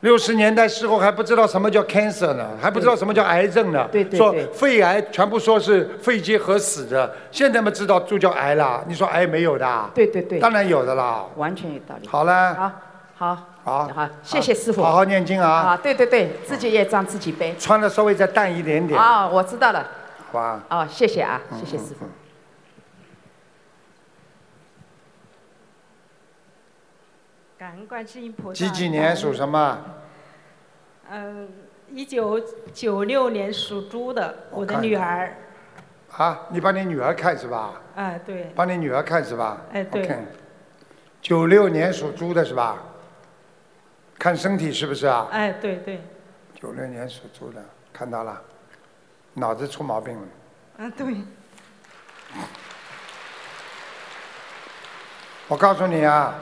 B: 六十年代时候还不知道什么叫 cancer 呢，还不知道什么叫癌症呢。
G: 对对
B: 说
G: 对
B: 肺癌全部说是肺结核死的，现在嘛知道就叫癌了。你说癌没有的啊？
G: 对对对，
B: 当然有的啦。
G: 完全有道理。
B: 好了，
G: 好，好，
B: 好
G: 好，谢谢师傅。
B: 好好念经啊，
G: 啊，对对对，自己业障自己背。
B: 穿的稍微再淡一点点，好
G: 啊，我知道了。
B: 吧？
G: 哦，谢谢啊，谢
B: 嗯
G: 谢师傅。
H: 感恩观世音菩萨。
B: 几几年属什么？
H: 嗯，一九九六年属猪的，
B: 我
H: 我的
B: 看
H: 女儿。
B: 啊，你帮你女儿看是吧？
H: 啊，对，
B: 帮你女儿看是吧？
H: 哎对
B: 九六年属猪的是吧？看身体是不是啊？
H: 哎，对对，
B: 九六年属猪的，看到了，脑子出毛病了。
H: 嗯，对，
B: 我告诉你啊，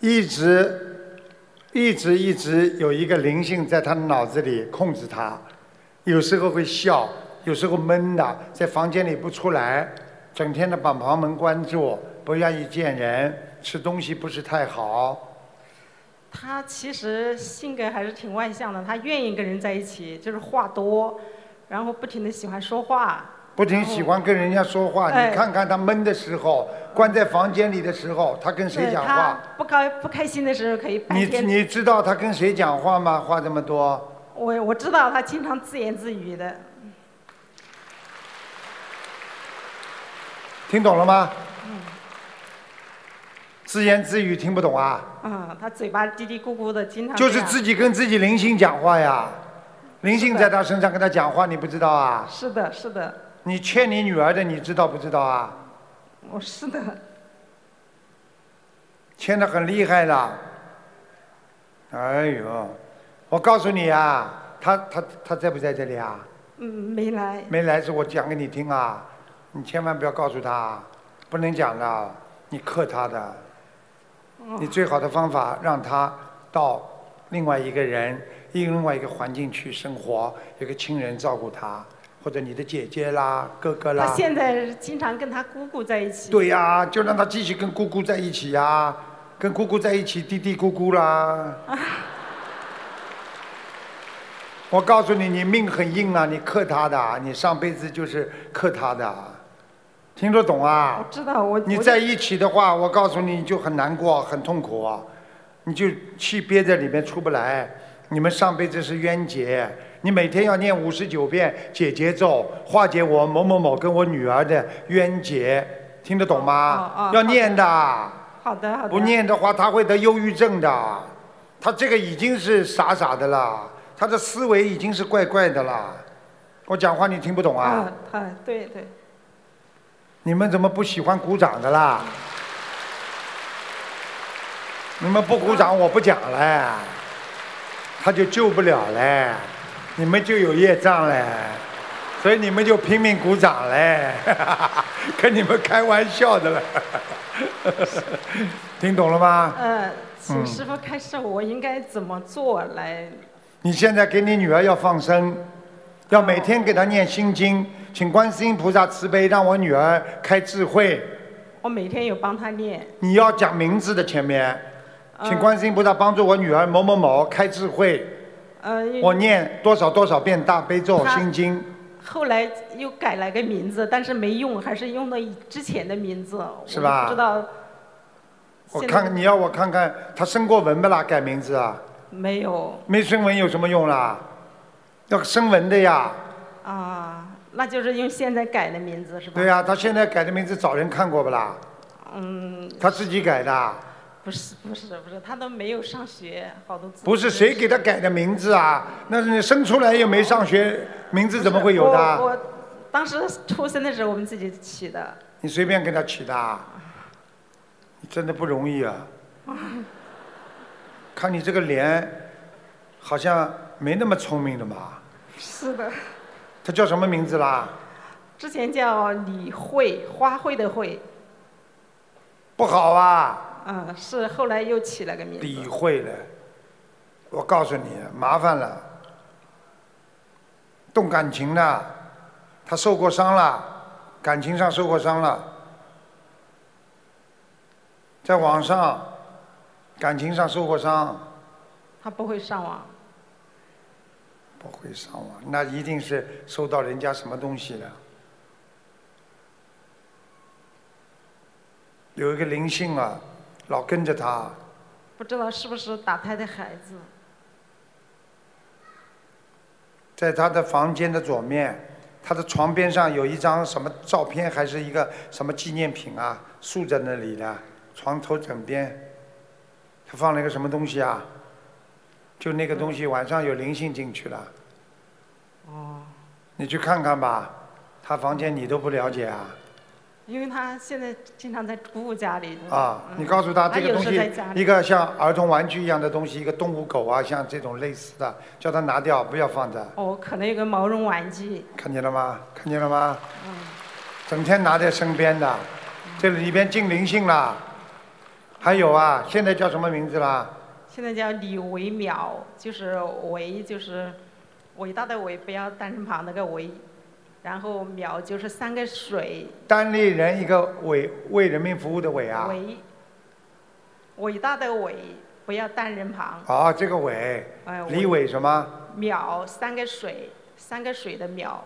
B: 一直一直一直有一个灵性在他脑子里控制他，有时候会笑，有时候闷的，在房间里不出来，整天的把房门关住，不愿意见人，吃东西不是太好。
H: 她其实性格还是挺外向的，她愿意跟人在一起，就是话多，然后不停的喜欢说话。
B: 不停喜欢跟人家说话，
H: 哎
B: 你看看他闷的时候，关在房间里的时候，他跟谁
H: 对
B: 讲
H: 她
B: 话？
H: 不高不开心的时候可以半
B: 你
H: 天。
B: 你知道他跟谁讲话吗？话这么多，
H: 我我知道她经常自言自语的，
B: 听懂了吗？自言自语听不懂啊？
H: 啊、她嘴巴嘀嘀咕咕的，经常
B: 就是
H: 这样
B: 自己跟自己灵性讲话呀，灵性在他身上跟他讲话，你不知道啊？
H: 是的，是的，
B: 你欠你女儿的，你知道不知道啊？
H: 我是的，
B: 欠的很厉害的。哎呦，我告诉你啊，他他他在不在这里啊？
H: 嗯，没来。
B: 没来是我讲给你听啊，你千万不要告诉他啊，不能讲的，你克他的。你最好的方法让他到另外一个人、另外一个环境去生活，有个亲人照顾他，或者你的姐姐啦、哥哥
H: 她
B: 啦。
H: 现在经常跟她姑姑在一起。
B: 对呀、就让他继续跟姑姑在一起呀、跟姑姑在一起嘀嘀咕咕啦。我告诉你，你命很硬啊，你克他的，你上辈子就是克他的，啊听得懂啊
H: 我？知道，我
B: 你
H: 我就
B: 在一起的话，我告诉你，你就很难过，很痛苦啊，你就气憋在里面出不来。你们上辈子是冤结，你每天要念五十九遍解结咒，化解我某某某跟我女儿的冤结，听得懂吗？
H: 哦哦
B: 要
H: 好的
B: 念的，
H: 好的好的。
B: 不念的话，他会得忧郁症的。他这个已经是傻傻的啦，他的思维已经是怪怪的啦。我讲话你听不
E: 呃 [laughs]
B: 懂
H: 啊，啊，对对，
B: 你们怎么不喜欢鼓掌的啦？你们不鼓掌，我不讲了，他就救不了了，你们就有业障了，所以你们就拼命鼓掌嘞， [laughs] 跟你们开玩笑的了， [laughs] 听懂了吗？
H: 呃，请师傅开示我应该怎么做来？
B: 你现在给你女儿要放生，要每天给她念心经，请观世音菩萨慈悲，让我女儿开智慧。
H: 我每天有帮他念，
B: 你要讲名字的前面，请观世音菩萨帮助我女儿某某某开智慧。
H: 呃，
B: 我念多少多少遍大悲咒
H: 她
B: 心经，
H: 后来又改了个名字，但是没用，还是用的之前的名字，我
B: 是吧
H: 不知道。
B: 我
H: 现在
B: 看你要我看看她生过文不啦？改名字啊，
H: 没有
B: 没生文有什么用啦？要生文的呀。
H: 啊，那就是用现在改的名字是吧？
B: 对、呀、她现在改的名字找人看过不啦？
H: 嗯，
B: 她自己改的，啊
H: 不是不是不是，他都没有上学，好多字
B: 不是谁给她改的名字啊？那是你生出来也没上学，名字怎么会有
H: 我
B: 的？
H: 我当时出生的时候我们自己起
B: [laughs]
H: 的，
B: 你随便给他起的啊，你真的不容易啊！看你这个脸，好像没那么聪明的嘛。
H: 是的，
B: 他叫什么名字啦？
H: 之前叫李慧，花卉的卉，
B: 不好啊，
H: 嗯，是后来又起了个名字。
B: 理会了。我告诉你，麻烦了，动感情了，他受过伤了，感情上受过伤了，在网上感情上受过伤。
H: 他不会上网，
B: 不会上网，那一定是收到人家什么东西了。有一个灵性啊，老跟着他，
H: 不知道是不是打胎的孩子。
B: 在他的房间的左面，他的床边上有一张什么照片，还是一个什么纪念品啊，竖在那里的床头枕边，他放了一个什么东西啊？就那个东西晚上有灵性进去了，
H: 哦，
B: 你去看看吧。他房间你都不了解啊？
H: 因为他现在经常在姑姑家里。
B: 啊，
H: 嗯
B: 你告诉他
H: 他
B: 这个
H: 有
B: 东
H: 时
B: 西
H: 在家，里
B: 一个像儿童玩具一样的东西，一个动物狗啊，像这种类似的，叫他拿掉，不要放着。
H: 哦，可能有个毛绒玩具。嗯
B: 看见了吗？看见了吗？整天拿在身边的，这里边进灵性啦。还有啊，现在叫什么名字啦？
H: 现在叫李维淼，就是维就是伟大的伟，不要单人旁那个维，然后淼就是三个水，
B: 单立人一个伟，为人民服务的伟啊。
H: 伟，伟大的伟，不要单人旁，
B: 啊，这个伟，
H: 哎，
B: 李伟什么？
H: 淼三个水，三个水的淼，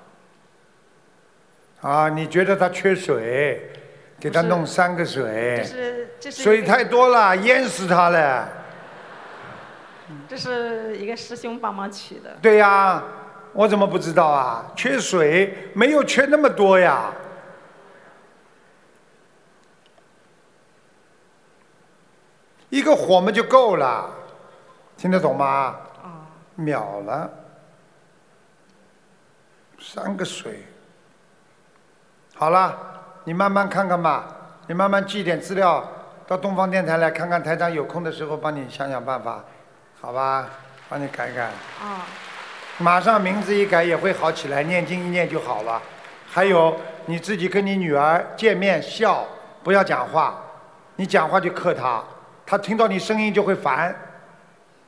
B: 啊，你觉得他缺水，给他
H: 不是
B: 弄三个水。
H: 这是这是一
B: 哎水
H: 个
B: 太多了，淹死他了。
H: 这是一个师兄帮忙取的，
B: 对呀、我怎么不知道啊？缺水没有缺那么多呀。一个火嘛就够了，听得懂吗？秒了，三个水。好了，你慢慢看看吧，你慢慢寄点资料到东方电台来看看，台长有空的时候帮你想想办法，好吧？帮你改改。
D: 哦
H: 啊、
B: 马上名字一改也会好起来，念经一念就好了。还有你自己跟你女儿见面笑，不要讲话，你讲话就克她，她听到你声音就会烦。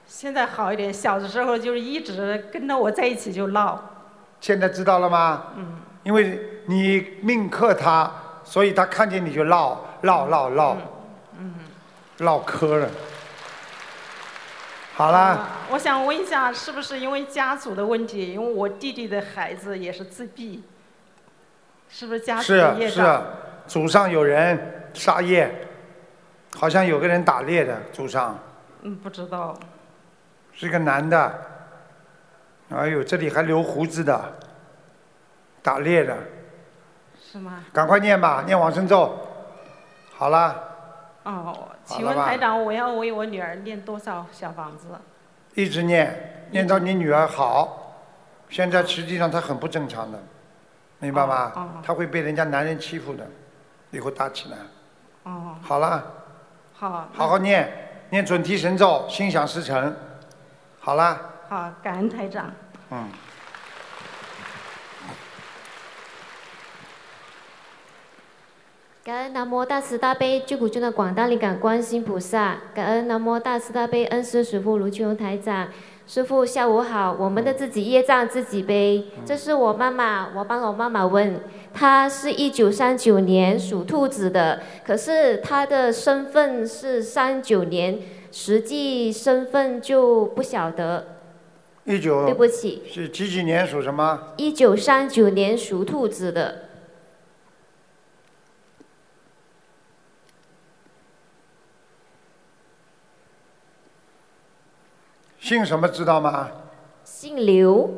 H: 现在好一点，小的时候就是一直跟着我在一起就闹，
B: 现在知道了吗？嗯。因为你命克她，所以她看见你就闹闹闹闹，嗯，闹嗑了。好啦，
H: 啊我想问一下，是不是因为家族的问题？因为我弟弟的孩子也是自闭，是不是家族
B: 是啊
H: 的业
B: 是
H: 障？，
B: 祖上有人杀业，好像有个人打猎的祖上。
H: 嗯，不知道。
B: 是个男的，哎呦，这里还留胡子的，打猎的，
H: 是吗？
B: 赶快念吧，念往生咒。好了，
H: 哦，
B: 好
H: 请
B: 了
H: 问
B: 吧
H: 台长，我要为我女儿念多少小房子？
B: 一直念，念到你女儿
H: 嗯
B: 好。现在实际上她很不正常的，明白吗？
H: 哦哦
B: 她会被人家男人欺负的，以后打起来。
H: 哦，
B: 好了，
H: 好，
B: 好好念，念准提神咒，心想事成。好了，
H: 好，感恩台长。
B: 嗯。
I: 感恩南无大慈大悲救苦救难广大灵感观世音菩萨，感恩南无大慈大悲恩师师父卢俊荣台长。师傅下午好，我们的自己业障自己背。这是我妈妈，我帮我妈妈问，她是一九三九年属兔子的，可是她的身份是三九年，实际身份就不晓得。
B: 一
I: 对
B: 九
I: 不起，
B: 是几几年属什么？
I: 一九三九年属兔子的，
B: 姓什么知道吗？
I: 姓刘，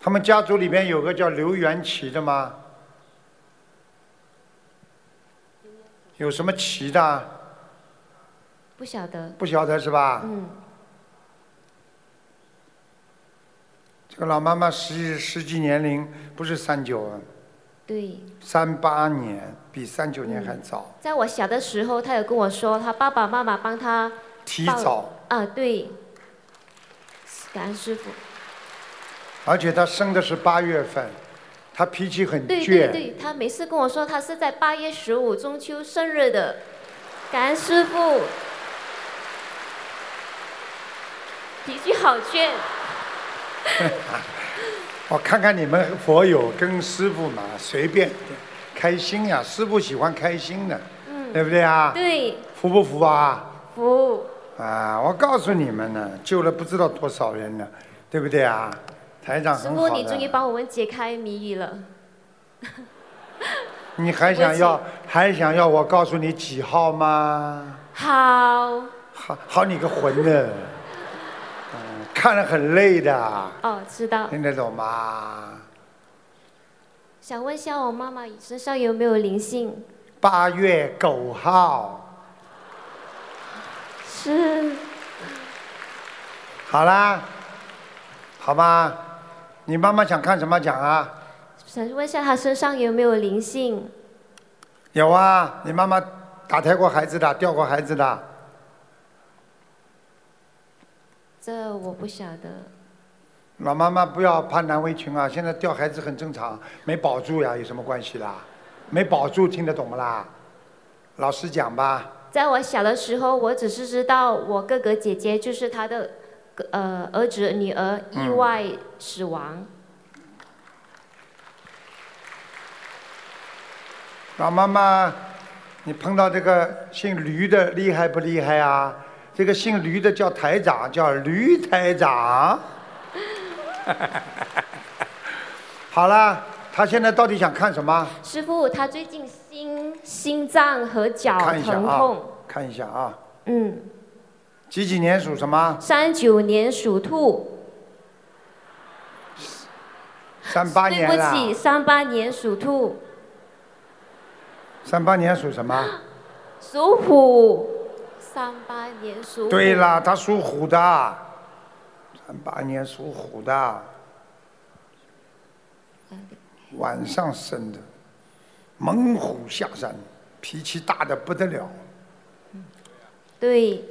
B: 他们家族里面有个叫刘元奇的吗？有什么奇的啊？
I: 不晓得。
B: 不晓得是吧？
I: 嗯，
B: 这个老妈妈实实际年龄不是三九啊，
I: 对。
B: 三八年比三九年还早，
I: 在我小的时候，他有跟我说，他爸爸妈妈帮他
B: 提
I: 报
B: 早，
I: 啊，对，感恩师傅，
B: 而且她生的是八月份，她脾气很
I: 对
B: 倔
I: 对，对，他每次跟我说他是在八月十五中秋生日的，感恩师傅，脾气好倔，
B: [laughs] 我看看你们佛友跟师傅嘛，随便一点，开心呀、师傅喜欢开心的，
I: 嗯，
B: 对不对啊？
I: 对，
B: 服不服啊？
I: 服，
B: 啊，我告诉你们呢，救了不知道多少人了，对不对啊？台长
I: 师
B: 很好
I: 傅
B: 的。
I: 你终于帮我们解开谜语了，
B: 你还想
I: 对
B: 要还想要我告诉你几号吗？
I: 好，
B: 好好你个混的，嗯，看了很累的，
I: 哦，知道，
B: 听得懂吗？
I: 想问一下我妈妈身上有没有灵性？
B: 八月九号，
I: 是，
B: 好啦，好吗？你妈妈想看什么讲啊？
I: 想问一下她身上有没有灵性？
B: 有啊，你妈妈打胎过孩子的，掉过孩子的，
I: 这我不晓得。
B: 老妈妈不要攀难为情啊！现在掉孩子很正常，没保住呀，有什么关系啦？没保住听得懂不啦？老实讲吧，
I: 在我小的时候，我只是知道我哥哥姐姐就是他的哥呃儿子女儿
B: 嗯
I: 意外死亡。
B: 老妈妈，你碰到这个姓驴的厉害不厉害啊？这个姓驴的叫台长，叫驴台长。 [laughs] 好啦，他现在到底想看什么？
I: 师傅，他最近心心脏和脚
B: 看一下
I: 疼
B: 啊
I: 痛。，
B: 看一下啊，
I: 嗯，
B: 几几年属什么？
I: 三九年属兔，
B: 三八
I: 对
B: 年
I: 不
B: 啦。
I: 起，三八年属兔，
B: 三八年属什么？
I: 属虎，三八年属虎。
B: 对啦，他属虎的，三八年属虎的，晚上生的，猛虎下山，脾气大的不得了。
I: 对，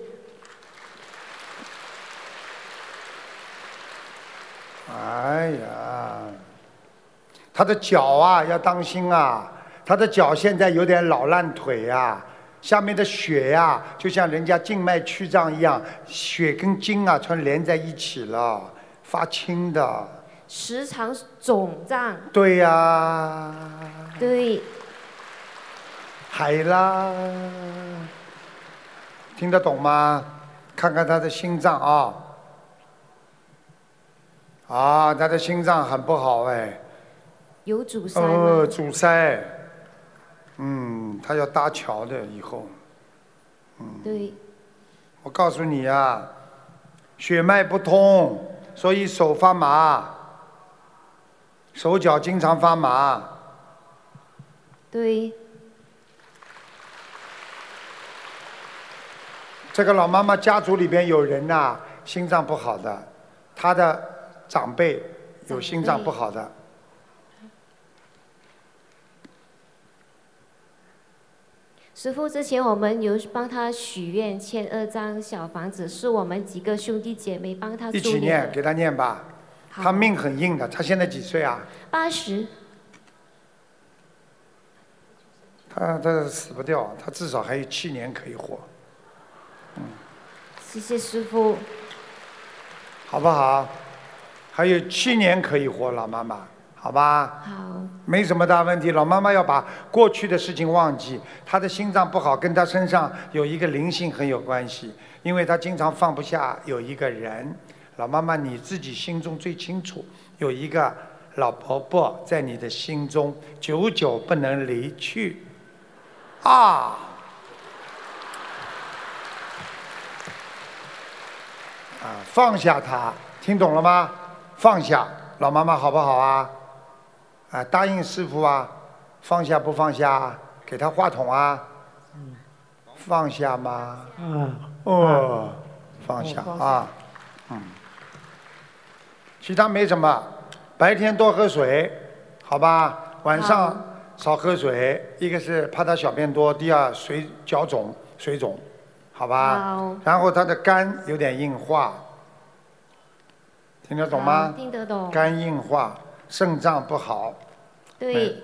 B: 哎呀，他的脚啊要当心啊，他的脚现在有点老烂腿啊，下面的血呀、就像人家静脉曲张一样，血跟筋啊全连在一起了，发青的。
I: 时常肿胀。
B: 对呀、
I: 对，
B: 海啦，听得懂吗？看看他的心脏啊，啊，他的心脏很不好哎，
I: 有阻塞
B: 呃，
I: 吗？
B: 阻塞，嗯，他要搭桥的以后，嗯
I: 对，
B: 我告诉你啊，血脉不通，所以手发麻，手脚经常发麻，
I: 对，
B: 这个老妈妈家族里边有人呐、心脏不好的，她的长辈有心脏不好的。
I: 师傅，之前我们有帮他许愿签二张小房子，是我们几个兄弟姐妹帮他
B: 一
I: 助
B: 起
I: 理
B: 念，
I: 的。
B: 给她念吧。她命很硬的，她现在几岁啊？
I: 八十，
B: 她她死不掉，她至少还有七年可以活，嗯
I: 谢谢师傅。
B: 好不好？还有七年可以活，老妈妈，好吧？
I: 好，
B: 没什么大问题，老妈妈要把过去的事情忘记。她的心脏不好，跟她身上有一个灵性很有关系，因为她经常放不下有一个人。老妈妈你自己心中最清楚，有一个老婆婆在你的心中，久久不能离去。啊！啊，放下她，听懂了吗？放下，老妈妈好不好啊？啊，答应师傅啊，放下不放下啊？给他话筒啊，放下吗？
E: 啊，
B: 哦，放下
E: 放
B: 啊，嗯，其他没什么，白天多喝水，好吧，晚上少喝水，一个是怕他小便多，第二水脚肿、水肿，好吧，
I: 好，
B: 然后他的肝有点硬化，听得懂吗？
I: 嗯听得懂，
B: 肝硬化，肾脏不好，
I: 对，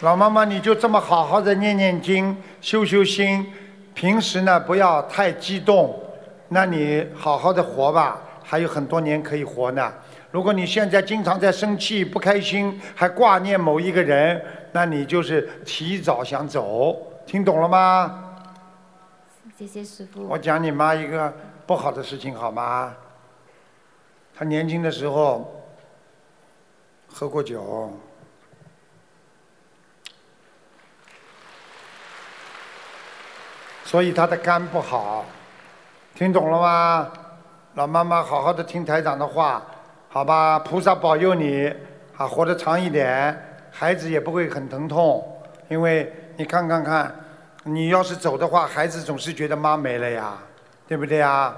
B: 老妈妈，你就这么好好的念念经，修修心，平时呢不要太激动，那你好好的活吧，还有很多年可以活呢。如果你现在经常在生气、不开心，还挂念某一个人，那你就是提早想走，听懂了吗？
I: 谢谢师傅。
B: 我讲你妈一个不好的事情好吗？她年轻的时候喝过酒，所以她的肝不好，听懂了吗？老妈妈，好好的听台长的话，好吧？菩萨保佑你啊，活得长一点，孩子也不会很疼痛，因为你看看看，你要是走的话，孩子总是觉得妈没了呀，对不对呀？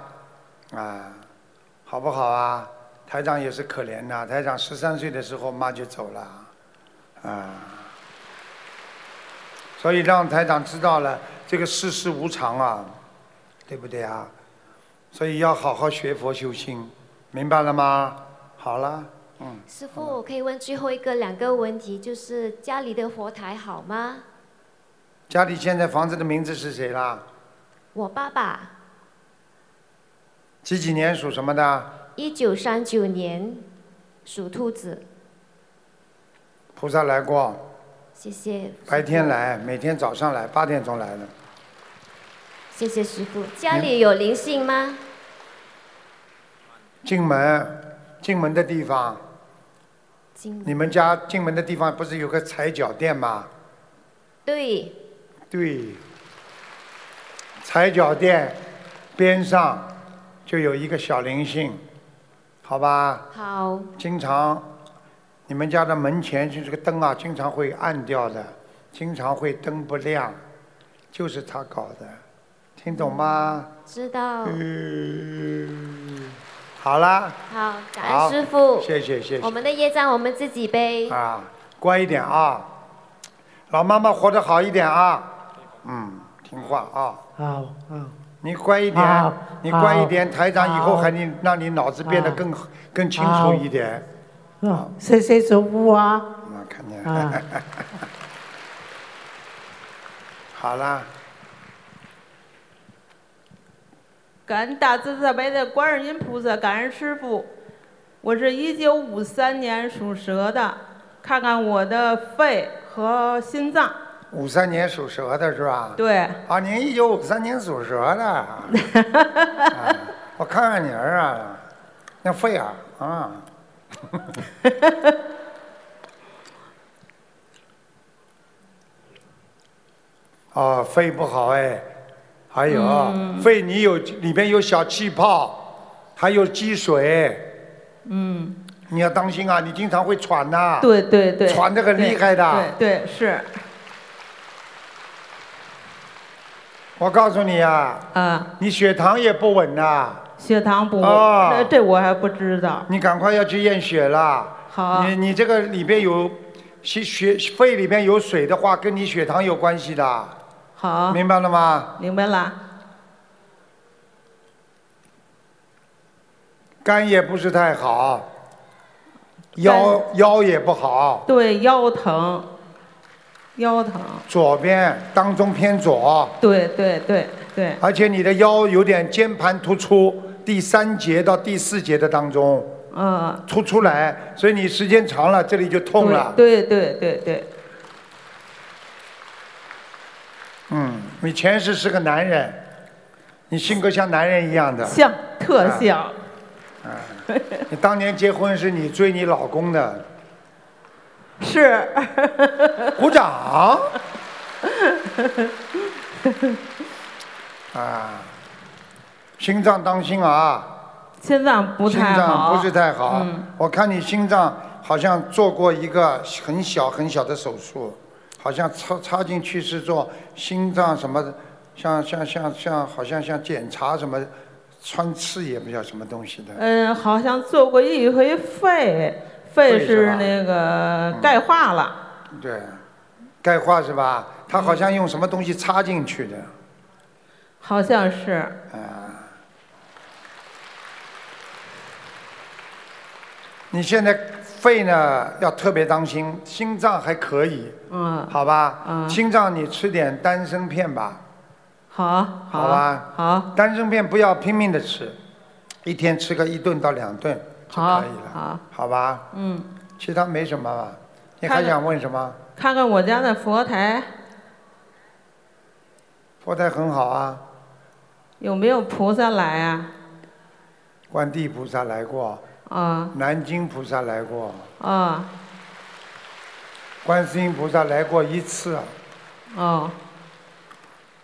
B: 啊，好不好啊？台长也是可怜呐、台长十三岁的时候妈就走了，啊，所以让台长知道了这个世事无常啊，对不对啊？所以要好好学佛修心，明白了吗？好了，嗯，
I: 师傅，我可以问最后一个两个问题，就是家里的佛台好吗？
B: 家里现在房子的名字是谁啦？
I: 我爸爸
B: 几几年属什么的？
I: 一九三九年属兔子，
B: 菩萨来过，
I: 谢谢。
B: 白天，来，每天早上来，八点钟来的。
I: 谢谢师傅。家里有灵性吗？
B: 进门，进门的地方，
I: 金
B: 你们家进门的地方不是有个踩脚垫吗？
I: 对，
B: 对，踩脚垫边上就有一个小灵性，好吧？
I: 好，
B: 经常你们家的门前就这个灯啊，经常会暗掉的，经常会灯不亮，就是他搞的，听懂吗？
I: 知道。
B: 嗯，好啦，
I: 好，感
B: 好，
I: 恩师傅。
B: 谢谢谢谢。
I: 我们的业障我们自己背。
B: 啊，乖一点啊，老妈妈活得好一点啊，嗯，听话啊，
E: 好好
B: 你乖一
E: 好
B: 点，你乖一点，
E: 好
B: 台长以后
E: 好
B: 还你让你脑子变得更更清楚
E: 好
B: 一点，
E: 哦，谢谢师傅啊
B: 我看 [laughs] 见，
E: 啊
B: 好啦，
H: 感恩大慈大悲的观世音菩萨，感恩师傅。我是一九五三年属蛇的，看看我的肺和心脏。
B: 五三年属蛇的是吧？
H: 对，
B: 啊，您一九五三年属蛇
H: [laughs]
B: 的，啊我看看您儿啊，那肺啊啊，哦，肺不好哎，还有、
H: 嗯
B: 肺你有里边有小气泡，还有积水，
H: 嗯，
B: 你要当心啊，你经常会喘呐、
H: 对对对，
B: 喘得很
H: 对
B: 厉害的
H: 对对是，
B: 我告诉你啊，
H: 啊，
B: 你血糖也不稳呐、
H: [laughs] 血糖不，
B: 哦
H: 这这呃我还不知道。
B: 你赶快要去验血了。
H: 好啊
B: 你你这个里边有血血肺里边有水的话，跟你血糖有关系的，
H: 好，
B: 明白了吗？
H: 明白了。
B: 肝也不是太好，腰腰也不好，
H: 对，腰疼，腰疼，
B: 左边当中偏左，
H: 对对对对，
B: 而且你的腰有点间盘突出，第三节到第四节的当中
H: 嗯，
B: 凸出来，所以你时间长了这里就痛了。
H: 对对对对对，
B: 嗯，你前世是个男人，你性格像男人一样的。
H: 像特
B: 啊
H: 像， [laughs]
B: 你当年结婚是你追你老公的，
H: 是。
B: [laughs] 鼓
H: [laughs]
B: 掌。啊，心脏当心啊，
H: 心脏不
B: 心
H: 太
B: 脏
H: 好，
B: 不是太好。
H: 嗯，
B: 我看你心脏好像做过一个很小很小的手术，好像插插进去是做心脏什么的，像像像像好像像检查什么，穿刺也不知道什么东西的。
J: 嗯，好像做过一回肺，肺
B: 肺是吧嗯
J: 是那个钙化了，
B: 对，钙化是吧？他好像用什么东西插进去
J: 嗯
B: 的。
J: 好像是。
B: 啊。你现在肺呢要特别当心，心脏还可以，
J: 嗯，
B: 好吧？
J: 嗯
B: 心脏你吃点丹参片吧，
J: 好，
C: 啊
B: 好啊吧？
J: 好。
B: 丹参片不要拼命的吃，一天吃个一顿到两顿就
J: 好
B: 可以了，
J: 好，
B: 好吧？
J: 嗯，
B: 其他没什么吧？你
J: 看
B: 还
J: 看
B: 想问什么？
J: 看看我家的佛台
B: 佛台很好啊，
J: 有没有菩萨来啊？
B: 观地菩萨来过，
J: 啊
B: 南京菩萨来过，
J: 啊
B: 观世音菩萨来过一次。啊
J: 哦，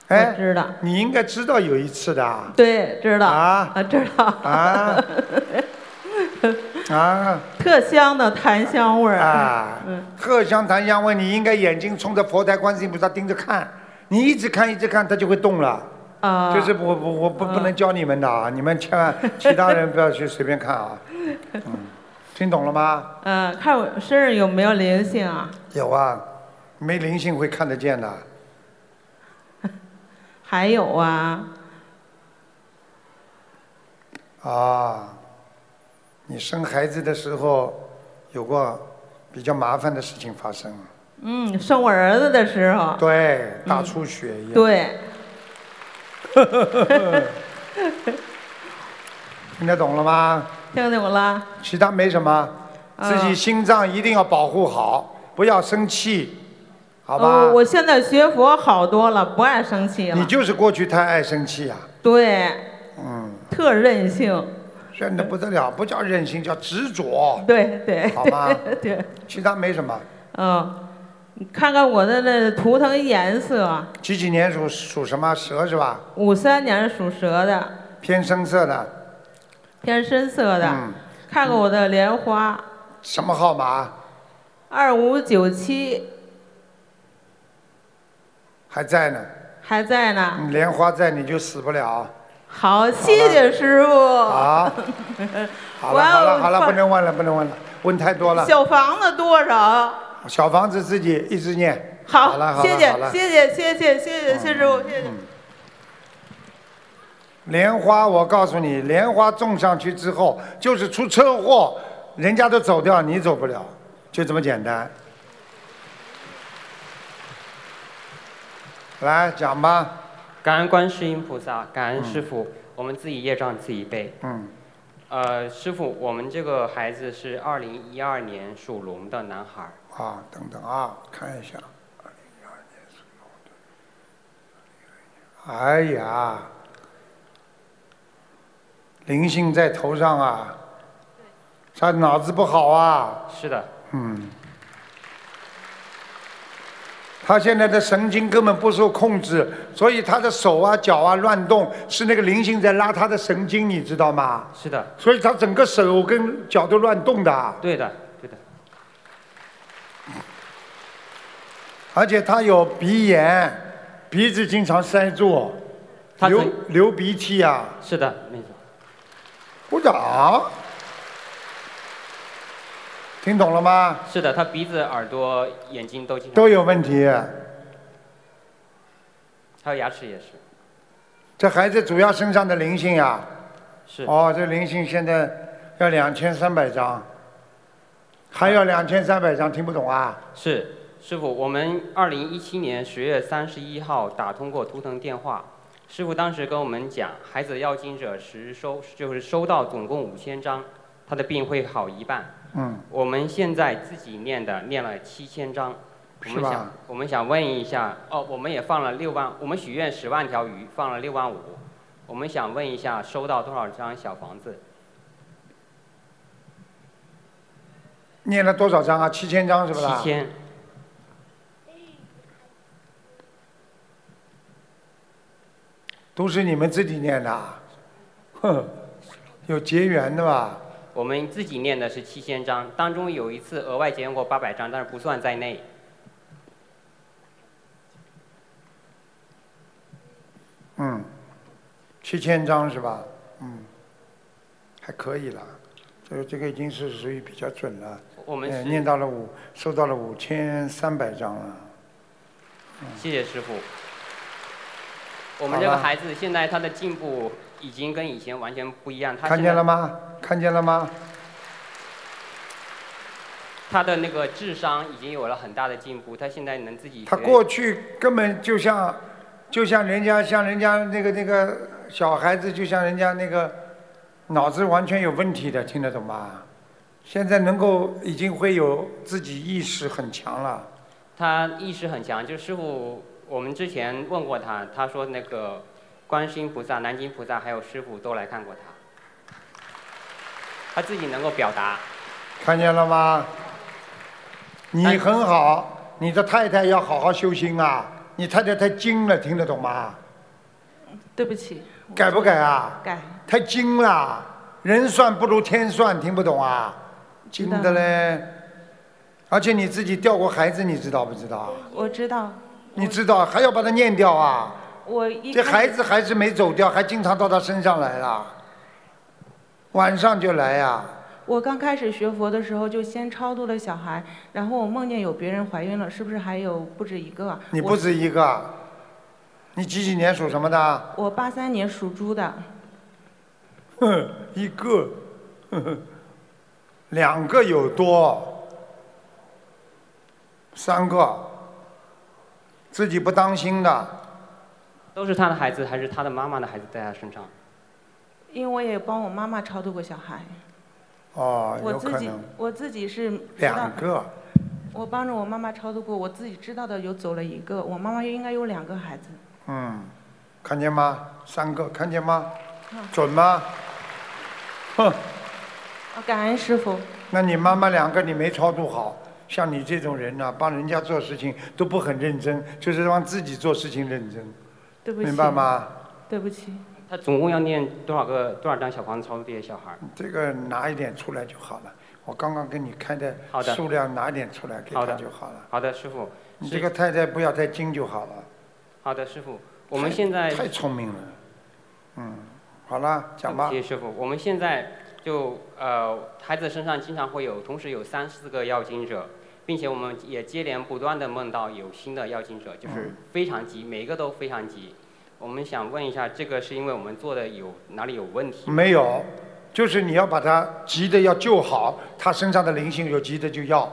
B: 哎，
J: 知道。
B: 你应该知道有一次的啊。
J: 对，知道
B: 啊
J: 啊，知道 [laughs]
B: 啊啊
J: 特香的檀香味儿。嗯
B: 啊！鹤香檀香问你应该眼睛冲着佛台观世音菩萨盯着看，你一直看一直看，它就会动了。
C: 呃
J: 啊，嗯
B: 就是我我我不不能教你们的啊，你们千万其他人不要去随便看
J: [laughs]
B: 啊。嗯，听懂了吗？
J: 嗯，看我身上有没有灵性啊？
B: 有啊，没灵性会看得见的。
J: 还有啊，
B: 啊，你生孩子的时候有过比较麻烦的事情发生，
J: 嗯，生我儿子的时候，
B: 对，大出血一样。
J: 对，
B: [laughs] 听得懂了吗？
J: 听懂了？
B: 其他没什么，
J: 嗯
B: 自己心脏一定要保护好，不要生气，好吧
J: 哦，？我现在学佛好多了，不爱生气
B: 你
J: 了。
B: 就是过去太爱生气啊，
J: 对，
B: 嗯，
J: 特任性。
B: 认得不得了，不叫任性，叫执着，
J: 对对。
B: 好吗
J: [laughs] 对，
B: 其他没什么。
J: 嗯，你看看我的那图腾颜色，
B: 几几年属属什么蛇是吧？
J: 五三年属蛇的，
B: 偏深色的，
J: 偏深色的。
B: 嗯，
J: 看看我的莲花，
B: 什么号码？
J: 二五九七
B: 还在呢，
J: 还在呢。
B: 嗯莲花在你就死不了。
J: 好，谢谢师傅。 [laughs]
B: 好，好了
J: 哇
B: 好了好
J: 放
B: 了，不能问了不能问了，问太多了。
J: 小房子多少？
B: 小房子自己一直念。好了好
J: 谢
B: 了
J: 谢
B: 好了嗯
J: 谢谢谢谢谢谢谢师傅，谢谢。
B: 莲花，我告诉你，莲花种上去之后，就是出车祸，人家都走掉，你走不了，就这么简单。来讲吧，
K: 感恩观世音菩萨，感恩师傅，我们自己业障自己背。
B: 嗯，
K: 呃，师傅，我们这个孩子是二零一二年属龙的男孩儿，
B: 啊，等等啊，看一下。哎呀，灵性在头上啊，他脑子不好啊。
K: 是的，
B: 嗯，他现在的神经根本不受控制，所以他的手啊、脚啊乱动，是那个灵性在拉他的神经，你知道吗？
K: 是的，
B: 所以他整个手跟脚都乱动的，啊
K: 对的，对的，
B: 而且他有鼻炎，鼻子经常塞住，哦
K: 他
B: 流
K: 曾
B: 流鼻涕啊。
K: 是的，没错，
B: 鼓掌，听懂了吗？
K: 是的，他鼻子、耳朵、眼睛都经常，
B: 都有问题。
K: 还有牙齿也是，
B: 这孩子主要身上的灵性啊，
K: 是，
B: 哦，这灵性现在要两千三百张，还要两千三百张，听不懂啊？
K: 是师傅，我们二零一七年十月三十一号打通过图腾电话，师傅当时跟我们讲，孩子的要经者实收，就是收到总共五千张，他的病会好一半。
B: 嗯，
K: 我们现在自己念的念了七千张，我
B: 是
K: 们
B: 吧
K: 想我们想问一下，哦，我们也放了六万，我们许愿十万条鱼，放了六万五，我们想问一下收到多少张小房子？
B: 念了多少张啊？七千张是不是？
K: 七。千，
B: 都是你们自己念的啊，哼，有结缘的吧？
K: 我们自己念的是七千张，当中有一次额外结缘过八百张，但是不算在内。
B: 嗯七千张是吧？嗯，还可以了，这个这个已经是属于比较准了。
K: 我们
B: 呃
K: 是
B: 念到了五，收到了五千三百张了。
K: 谢谢师傅。我们这
B: 嗯好
K: 个
B: 了
K: 孩子现在他的进步已经跟以前完全不一样，他
B: 看
K: 现
B: 见
K: 在
B: 了吗？看见了吗？
K: 他的那个智商已经有了很大的进步，他现在能自己
B: 他
K: 学
B: 过去根本就像，就像人家像人家那个那个小孩子，就像人家那个脑子完全有问题的，听得懂吗？现在能够已经会有自己意识很强了，
K: 他意识很强，就师傅，我们之前问过他，他说那个观世音菩萨、南京菩萨还有师傅都来看过他，他自己能够表达。
B: 看见了吗？你很好，你的太太要好好修心啊！你太太太精了，听得懂吗？
C: 对不起，
B: 改不改啊？
C: 改
B: 太精了，人算不如天算，听不懂啊？精的嘞，而且你自己掉过孩子，你知道不知道？
C: 我知道，
B: 你知道还要把它念掉啊？
C: 我一
B: 这
C: 开
B: 孩
C: 始
B: 子还是没走掉，还经常到他身上来了，晚上就来啊呀、
H: 我刚开始学佛的时候，就先超度了小孩，然后我梦见有别人怀孕了，是不是还有不止一个啊？
B: 你
H: 我
B: 不止一个，你几几年属什么的？ [laughs]
H: 我八三年属猪的，
B: 哼，一个， [laughs] 呵呵，两个有多，三个，自己不当心啊的。
K: 都是他的孩子，还是他的妈妈的孩子在他身上？
H: 因为我也帮我妈妈超度过小孩。
B: 哦，
H: 我
B: 有
H: 自
B: 可
H: 己
B: 能
H: 我自己是知道
B: 两，个，
H: 我帮着我妈妈超度过，我自己知道的有走了一个，我妈妈应该有两个孩子。
B: 嗯，看见吗？三个，看见吗？
H: 嗯
B: 准吗？哼，
H: 啊感恩师傅，
B: 那你妈妈两个你没超度好，像你这种人呢、帮人家做事情都不很认真，就是帮自己做事情认真，
H: 对不起。
B: 明白？吗？
H: 对不起，
K: 他总共要念多少个多少张小房子超度这些小孩？
B: 这个拿一点出来就好了。我刚刚给你开的
K: 好的
B: 数量拿一点出来给
K: 好
B: 他
K: 的
B: 就好了。
K: 好的，师傅。
B: 你
K: 是
B: 这个太太不要太精就好了。
K: 好的，师傅。我们
B: 太
K: 现在
B: 太聪明了，嗯，好了，讲吧
K: 谢。谢师傅。我们现在就呃，孩子身上经常会有，同时有三四个要经者，并且我们也接连不断的梦到有新的要经者，就是
B: 嗯
K: 非常急，每一个都非常急。我们想问一下，这个是因为我们做的有哪里有问题？
B: 没有，就是你要把他急的要救好，他身上的灵性有急的就要。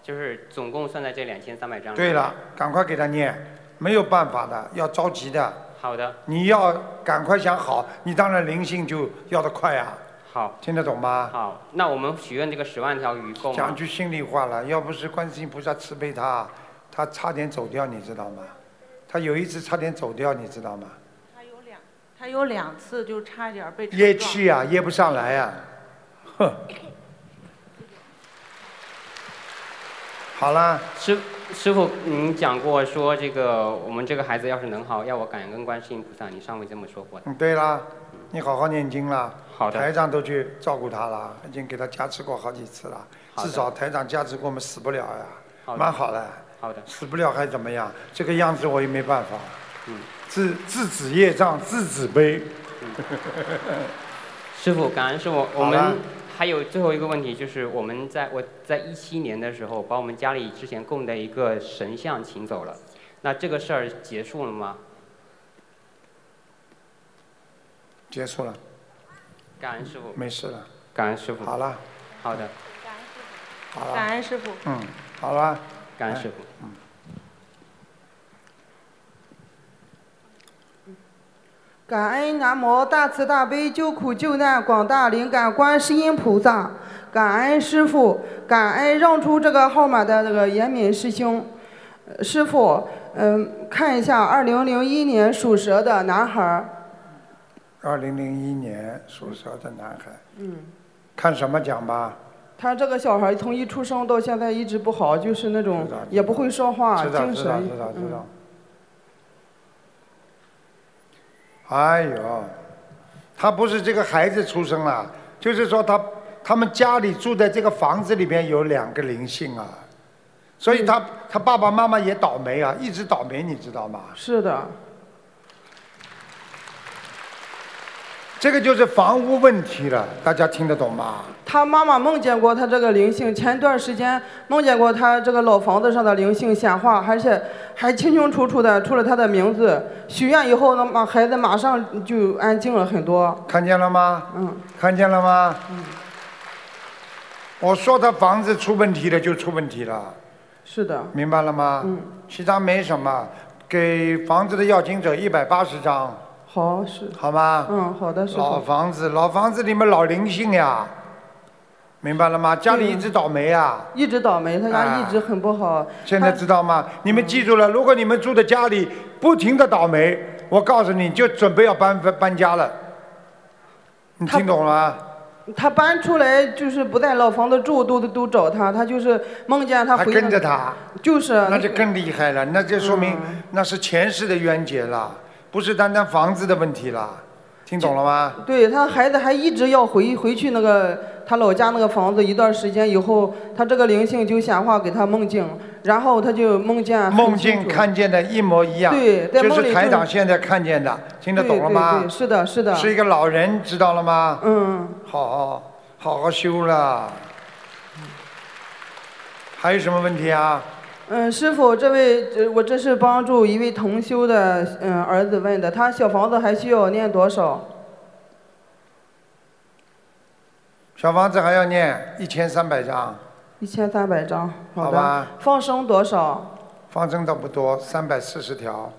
K: 就是总共算在这两千三百张。
B: 对了，，赶快给他念，没有办法的，要着急的。
K: 好的，
B: 你要赶快想好，你当然灵性就要得快啊，
K: 好，
B: 听得懂吗？
K: 好。那我们许愿这个十万条鱼够
B: 讲
K: 吗？
B: 句心里话了，要不是观世音菩萨慈悲他，他差点走掉，你知道吗？他有一次差点走掉，你知道吗？
H: 他有两次就差一点
K: 哎
H: 被车
B: 噎
H: 撞
B: 气啊，噎不上来啊。哼。好啦，
K: 师师傅，您讲过说这个我们这个孩子要是能好，要我感恩观世音菩萨，你上回这么说过的。
B: 嗯，对啦，你好好念经啦。
K: 好的
B: 台长都去照顾他啦，已经给他加持过好几次了，
K: 好
B: 至
K: 的
B: 少台长加持过我们死不了呀，
K: 好的
B: 蛮好的，
K: 好的，
B: 死不了还怎么样？这个样子我也没办法，
K: 嗯，
B: 自自止业障，自止悲。
K: [laughs] 师傅，感恩师傅。我
B: 好了
K: 们还有最后一个问题，就是我们在我在一七年的时候，把我们家里之前供的一个神像请走了。那这个事儿结束了吗？
B: 结束了，
K: 感恩师傅，
B: 没事了，
K: 感恩师傅。
B: 好了，
K: 好的，
B: 好了，
H: 感恩师傅，
B: 嗯，好了，
K: 感恩师傅。
L: 感恩南无大慈大悲救苦救难广大灵感观世音菩萨，感恩师傅，感恩让出这个号码的那个严敏师兄。呃师傅，嗯，看一下二零零一年属蛇的男孩儿，
B: 二零零一年属蛇的男孩，
L: 嗯，
B: 看什么讲吧？
L: 他这个小孩从一出生到现在一直不好，就是那种
B: 知道
L: 也不会说话，
B: 知道
L: 精
B: 知道
L: 神
B: 知道知
L: 嗯
B: 道。哎呦，他不是这个孩子出生了，就是说他他们家里住在这个房子里边有两个灵性啊，所以他他爸爸妈妈也倒霉啊，一直倒霉，你知道吗？
L: 是的，
B: 这个就是房屋问题了，大家听得懂吗？
L: 他妈妈梦见过他这个灵性，前段时间梦见过他这个老房子上的灵性显化，而且还清清楚楚的出了他的名字。许愿以后呢，马孩子马上就安静了很多。
B: 看见了吗？
L: 嗯，
B: 看见了吗？我说他房子出问题了，就出问题了，
L: 是的，
B: 明白了吗？嗯。其他没什么，给房子的要经者一百八十张，
L: 好是，
B: 好吗？
L: 嗯，好的，师
B: 老
L: 傅。
B: 房子，老房子里面老灵性呀，明白了吗？家里一直倒霉啊。
L: 嗯一直倒霉，他家
B: 啊
L: 一直很不好。
B: 现在知道吗？
L: 嗯
B: 你们记住了，如果你们住的家里不停的倒霉，我告诉你就准备要搬搬家了。你听懂了吗？
L: 他搬出来就是不在老房子住，都都找他，他就是梦见他
B: 还
L: 回到
B: 跟着他，
L: 就是嗯
B: 那就更厉害了，那就说明那是前世的冤结了，不是单单房子的问题了，听懂了吗？
L: 对他孩子还一直要回回去那个他老家那个房子，一段时间以后，他这个灵性就显化给他梦境，然后他就梦见很
B: 梦
L: 清
B: 境
L: 楚
B: 看见的一模一样，
L: 对在
B: 就
L: 梦里
B: 是台
L: 就
B: 长现在看见的，听得懂了
L: 对
B: 吗
L: 对对？是的，是的，
B: 是一个老人，知道了吗？
L: 嗯，
B: 好好好好修了。还有什么问题啊？
L: 嗯，师傅，这位这我这是帮助一位同修的嗯儿子问的，他小房子还需要念多少？
B: 小房子还要念一千三百张，
L: 一千三百张，
B: 好
L: 的。
B: 吧？
L: 放生多少？
B: 放生倒不多，三百四十条，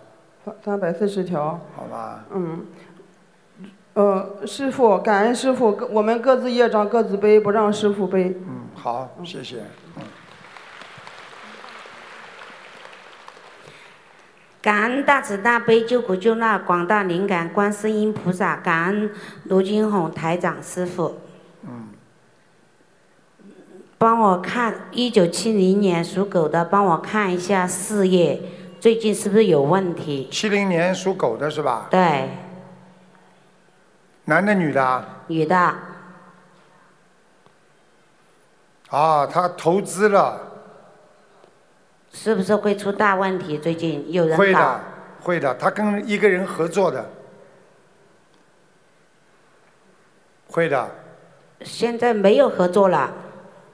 L: 三百四十条。
B: 好吧？
L: 嗯，呃，师傅，感恩师傅，各我们各自业障各自背，不让师傅背。
B: 嗯，好，谢谢。嗯，
M: 感恩大慈大悲救苦救难广大灵感观世音菩萨，感恩卢金红台长师傅。
B: 嗯。
M: 帮我看一九七零年属狗的，帮我看一下事业最近是不是有问题？
B: 七零年属狗的是吧？
M: 对，
B: 男的女的啊？
M: 女的，
B: 啊，他投资了，
M: 是不是会出大问题？最近有人
B: 会
M: 搞
B: 的，会的。他跟一个人合作的，会的。
M: 现在没有合作了。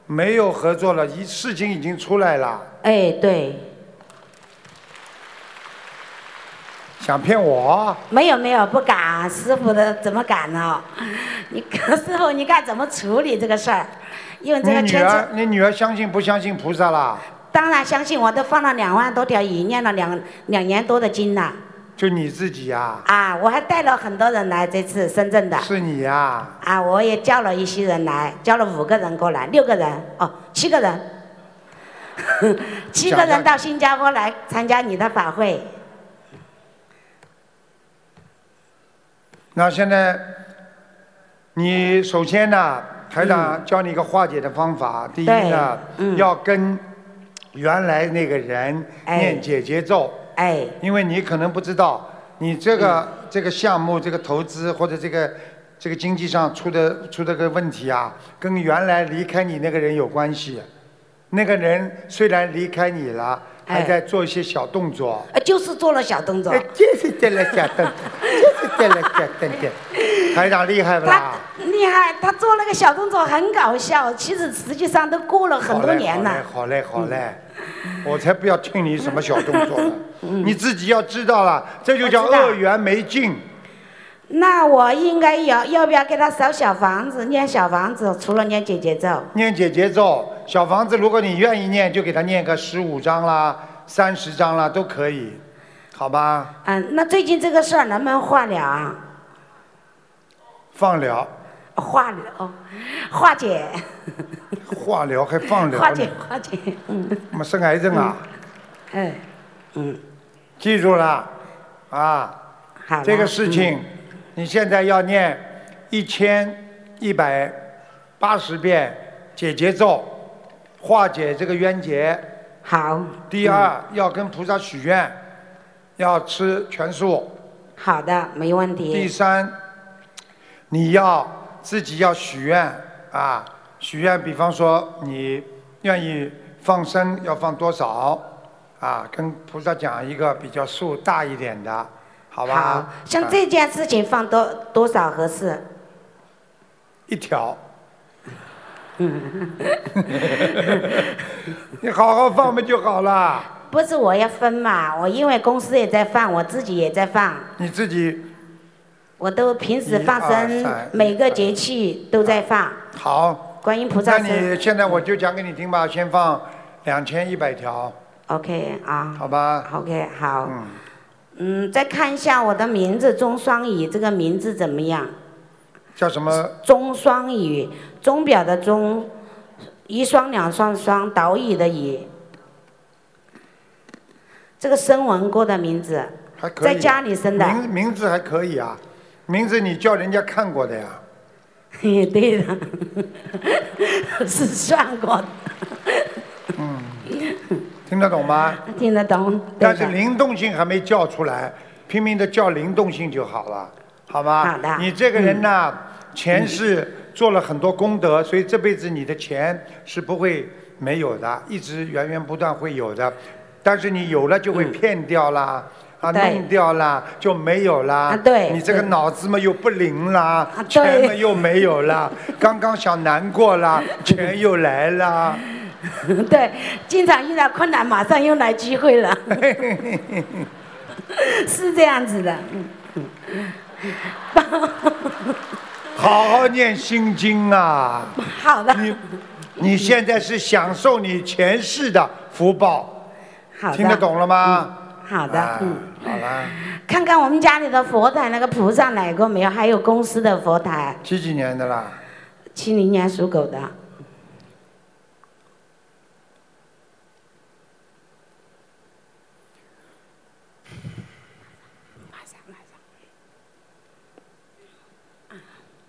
B: 没有合作了，一事情已经出来了，
M: 哎，对，
B: 想骗我？
M: 没有没有，不敢，师傅的怎么敢呢？ [laughs] 你师傅，你看怎么处理这个事儿？因为这
B: 你
M: 个
B: 女
M: 牵扯
B: 儿，，你女儿相信不相信菩萨啦？
M: 当然相信我都放了两万多条鱼，念了两两年多的经了
B: 就你自己呀、
M: 啊！我还带了很多人来，这次深圳的
B: 是你呀、
M: 啊，我也叫了一些人来，叫了五个人过来，六个人哦，七个人， [laughs] 七个人到新加坡来参加你的法会。
B: 那现在，你首先呢，台
M: 嗯
B: 长教你一个化解的方法。第一呢，要跟原来那个人
M: 哎
B: 念解结咒。
M: 哎。嗯
B: 因为你可能不知道，你这个、这个项目、这个投资或者这个这个经济上出的出的个问题啊，跟原来离开你那个人有关系。那个人虽然离开你了，还
M: 哎
B: 在做一些小动作。
M: 呃，就是做了小动作
B: 哎，就是这了小动作，就是这了小动作。台长厉害不啦？
M: 厉害，他做那个小动作很搞笑，其实实际上都过了很多年了。
B: 好嘞，好嘞，好嘞，我才不要听你什么小动作呢！
M: 嗯
B: 你自己要知道了，这就叫恶缘没尽。
M: 那我应该要要不要给他烧小房子，念小房子？除了念姐姐咒，
B: 念姐姐咒，小房子，如果你愿意念，就给他念个十五章啦、三十章啦，都可以，好吧？
M: 嗯，那最近这个事儿能不能化了啊？
B: 放疗，
M: 化了，哦化解，
B: 化疗还放疗
M: 化
B: 呢
M: 解，，化解，嗯，
B: 我们生癌症啊！
M: 哎，
B: 嗯，记住了啊。
M: 好了嗯
B: 这个事情，你现在要念一千一百八十遍解结咒，化解这个冤结。
M: 好。嗯
B: 第二，要跟菩萨许愿，要吃全素。
M: 好的，没问题。
B: 第三，你要自己要许愿啊，许愿，比方说你愿意放生要放多少啊，跟菩萨讲一个比较数大一点的，好吧？啊
M: 像这件事情放多多少合适？
B: 一条。 [laughs] 你好好放不就好了？
M: 不是我要分嘛，我因为公司也在放，我自己也在放，
B: 你自己
M: 我都平时放
B: 一二
M: 生
B: 三，
M: 每个节气都在放。
B: 好。
M: 观音菩萨
B: 哎那
M: 生
B: 你现在我就讲给你听吧，先放两千一百条。
M: OK 啊。
B: 好吧。
M: OK，好。嗯，再看一下我的名字钟双雨这个名字怎么样？
B: 叫什么？
M: 钟双雨，钟表的钟，一双两双双，岛屿的屿。这个声纹过的名字，
B: 还可以。
M: 在家里生的。
B: 名名字还可以啊，名字你叫人家看过的呀。
M: [laughs] 对的， [laughs] 是算过的，
B: 嗯听得懂吗？
M: 听得懂。对
B: 但是
M: 的。
B: 灵动性还没叫出来，拼命的叫灵动性就好了，好吗？
M: 好的嗯
B: 你这个人呐，前世做了很多功德，所以这辈子你的钱是不会没有的，一直源源不断会有的。但是你有了就会骗掉啦，啊，
M: 嗯对
B: 弄掉啦，就没有啦。
M: 啊对
B: 你这个
M: 对
B: 脑子嘛又不灵啦，
M: 对
B: 钱嘛又没有
M: [laughs]
B: 啦，刚刚想难过啦，钱又来啦。
M: 对，经常遇到困难，马上又来机会了， [laughs] 是这样子的。嗯
B: 好好念心经啊！
M: 好的。
B: 你你现在是享受你前世的福报，
M: 好的
B: 听得懂了吗？
M: 好的
B: 啊，
M: 嗯，
B: 好了。
M: 看看我们家里的佛台那个菩萨来过没有？还有公司的佛台，
B: 几几年的啦？
M: 七零年属狗的，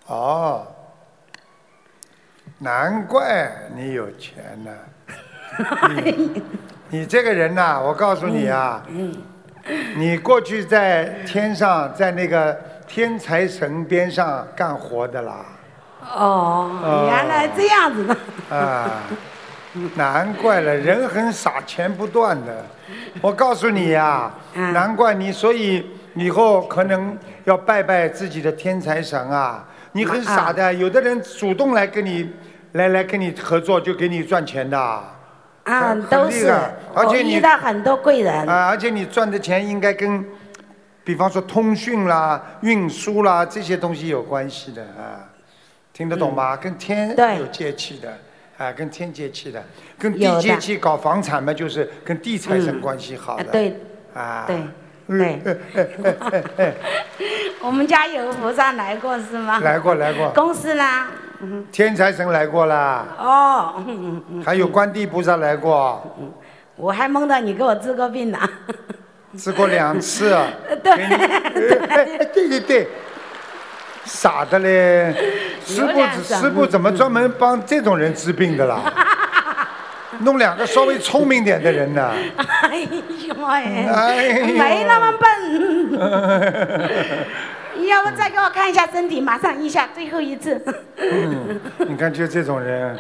B: 哦，难怪你有钱
M: [laughs]
B: 呢、你你这个人呐、我告诉你啊，
M: 嗯
B: 你过去在天上，在那个天财神边上干活的啦。
M: 哦，原来这样子的， [laughs]
B: 啊，难怪了，人很傻，钱不断的。 [laughs] 我告诉你呀、
M: 嗯
B: 难怪你，所以以后可能要拜拜自己的天财神啊。你很傻的，
M: 嗯
B: 有的人主动来跟你，来来跟你合作，就给你赚钱的。
M: 啊，
B: 很
M: 都
B: 厉
M: 是
B: 害，而
M: 我
B: 且你
M: 遇到很多贵人，
B: 啊，而且你赚的钱应该跟，比方说通讯啦、运输啦这些东西有关系的啊，听得懂吗？
M: 嗯
B: 跟天有接气的，啊，跟天接气的，跟
M: 有
B: 地
M: 的
B: 接气搞房产嘛，就是跟地财神关系好的。
M: 啊对，
B: 啊，呃
M: 对，对，我们家有菩萨来过是吗？
B: 来过来过
M: 啊公司呢？
B: 天财神来过啦，
M: 哦，嗯嗯
B: 还有观地菩萨来过，
M: 我还梦到你给我治过病呢。
B: 吃过两次。啊
M: [laughs] 对
B: 对哎对对对，傻的嘞！师
M: 有点嗯
B: 傅
M: 傻
B: 师傅怎么专门帮这种人治病的
M: [laughs]
B: 啦？弄两个稍微聪明点的人呢？
M: 哎呦
B: 哎
M: 喂，
B: 呦
M: 没那么笨。要不再给我看一下身体，马上一下，最后一次。
B: [laughs] 嗯，你看就这种人，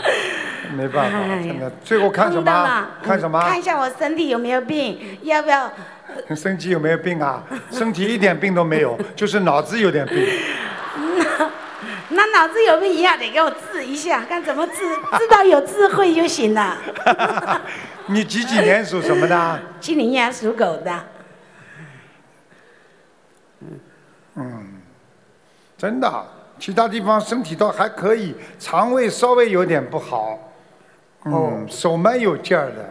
B: 没办法，
M: 哎呀
B: 真的。最后看什
M: 碰到
B: 么
M: 了？
B: 看什么？
M: 看一下我身体有没有病，要不要？ [laughs]
B: 身体有没有病啊？身体一点病都没有，就是脑子有点病。
M: 那那脑子有病一样得给我治一下，看怎么
B: [laughs]
M: 治，知道有智慧就行了。
B: 你几几年属什么的？
M: 七零年属狗
B: 啊
M: 的，
B: 嗯，真的，啊其他地方身体倒还可以，肠胃稍微有点不好，嗯，手蛮有劲儿的，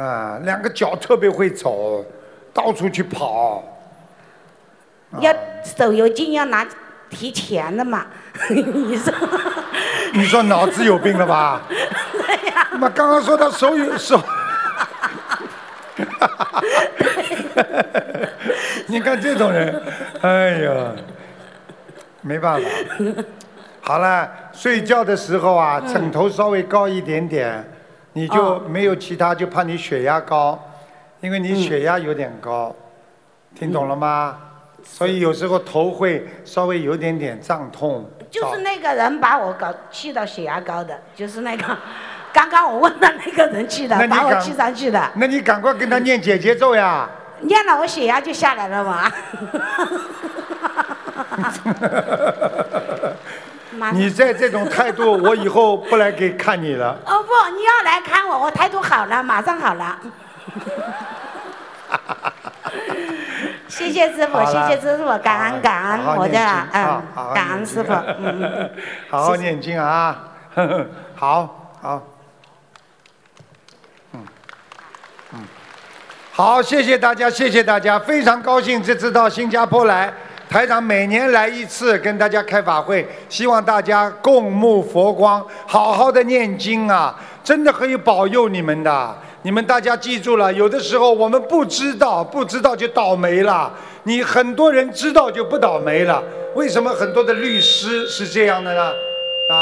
B: 啊，两个脚特别会走，到处去跑，
M: 要手油劲要拿提钱的嘛。 [laughs] 你说
B: 你说脑子有病了吧？
H: 哎
B: 对呀、那刚刚说他手有手。 [laughs] 你看这种人，哎呀，没办法。好了，睡觉的时候啊，
M: 嗯
B: 枕头稍微高一点点，你就
M: 哦
B: 没有其他，就怕你血压高，因为你血压有点高，
M: 嗯
B: 听懂了吗？所以有时候头会稍微有点点胀痛。
M: 就是那个人把我搞气到血压高的，就是那个 [laughs] 刚刚我问的那个人气的
B: 那，你
M: 把我
B: 赶
M: 气上去的。
B: 那你赶快跟他念姐姐咒呀！
M: 念了，我血压就下来了嘛。 [laughs]
D: 马
B: 你再这种态度，我以后不来给看你了。
M: 哦不，你要来看我，我态度好了，马上
B: [laughs]
M: 好了。谢谢师傅，
B: 好
M: 谢
B: 了
M: 谢师傅，感恩感
B: 好
M: 恩
B: 好
M: 我的
B: 念经
M: 嗯
B: 啊好好，
M: 感
B: 念
M: 恩
B: 经
M: 师傅，嗯嗯。
B: 好好念经啊，好好，嗯嗯，好，谢谢大家，谢谢大家，非常高兴这次到新加坡来，台长每年来一次跟大家开法会，希望大家共沐佛光，好好的念经啊，真的可以保佑你们的。你们大家记住了，有的时候我们不知道，不知道就倒霉了。你很多人知道就不倒霉了，为什么很多的律师是这样的呢？啊，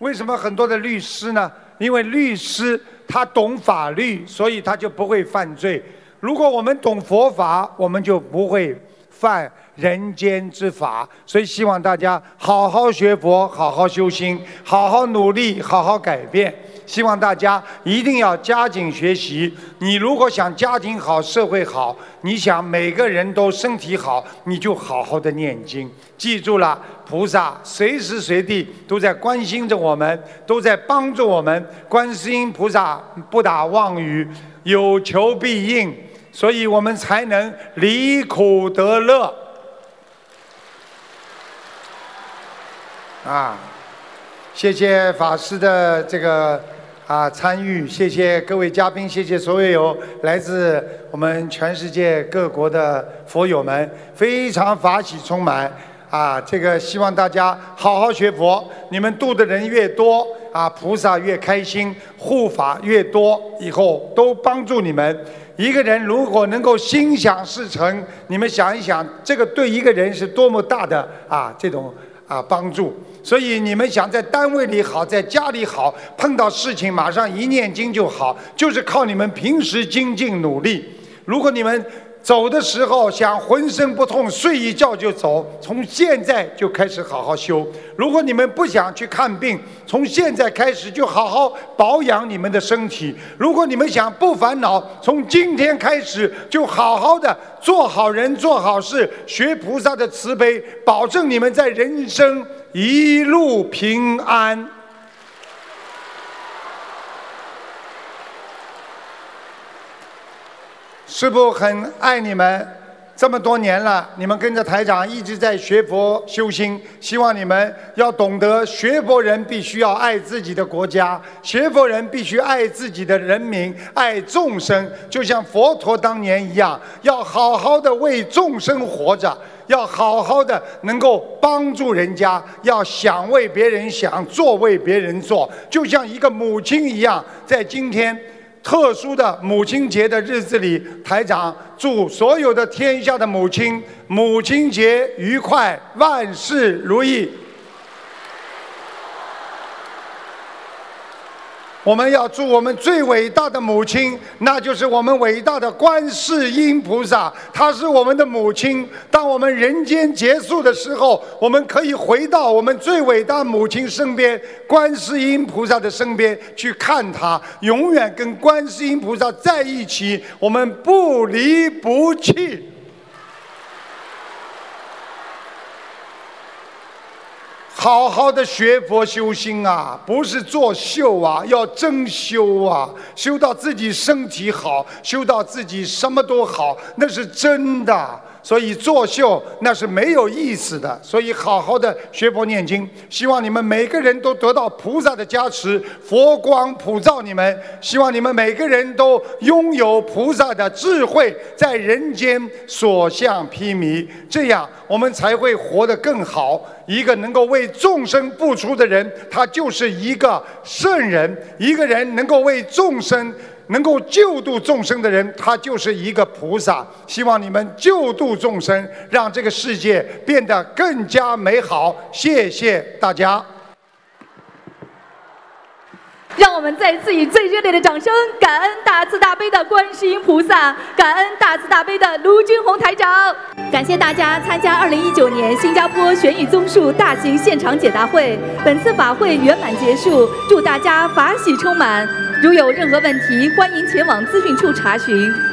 B: 为什么很多的律师呢？因为律师他懂法律，所以他就不会犯罪。如果我们懂佛法，我们就不会犯人间之法。所以希望大家好好学佛，好好修心，好好努力，好好改变。希望大家一定要加紧学习。你如果想家庭好、社会好，你想每个人都身体好，你就好好的念经。记住了，菩萨随时随地都在关心着我们，都在帮助我们。观世音菩萨不打妄语，有求必应，所以我们才能离苦得乐。啊，谢谢法师的这个啊参与，谢谢各位嘉宾，谢谢所有来自我们全世界各国的佛友们，非常法喜充满啊！这个希望大家好好学佛，你们度的人越多啊，菩萨越开心，护法越多，以后都帮助你们。一个人如果能够心想事成，你们想一想，这个对一个人是多么大的啊这种啊帮助。所以你们想在单位里好，在家里好，碰到事情马上一念经就好，就是靠你们平时精进努力。如果你们走的时候想浑身不痛，睡一觉就走，从现在就开始好好修。如果你们不想去看病，从现在开始就好好保养你们的身体。如果你们想不烦恼，从今天开始就好好的做好人、做好事，学菩萨的慈悲，保证你们在人生一路平安。师父很爱你们，这么多年了，你们跟着台长一直在学佛修心，希望你们要懂得，学佛人必须要爱自己的国家，学佛人必须爱自己的人民，爱众生，就像佛陀当年一样，要好好的为众生活着。要好好的能够帮助人家，要想为别人想，做为别人做，就像一个母亲一样，在今天特殊的母亲节的日子里，台长祝所有的天下的母亲母亲节愉快，万事如意。我们要祝我们最伟大的母亲，那就是我们伟大的观世音菩萨，她是我们的母亲。当我们人间结束的时候，我们可以回到我们最伟大母亲身边，观世音菩萨的身边去看她，永远跟观世音菩萨在一起，我们不离不弃。好好的学佛修心啊，不是作秀啊，要真修啊，修到自己身体好，修到自己什么都好，那是真的。所以作秀那是没有意思的。所以好好的学佛念经，希望你们每个人都得到菩萨的加持，佛光普照你们。希望你们每个人都拥有菩萨的智慧，在人间所向披靡，这样我们才会活得更好。一个能够为众生付出的人，他就是一个圣人；一个人能够为众生。能够救度众生的人，他就是一个菩萨。希望你们救度众生，让这个世界变得更加美好。谢谢大家。
A: 让我们再次以最热烈的掌声，感恩大慈大悲的观世音菩萨，感恩大慈大悲的卢军红台长。感谢大家参加2019年新加坡玄宇综述大型现场解答会，本次法会圆满结束，祝大家法喜充满。如有任何问题，欢迎前往资讯处查询。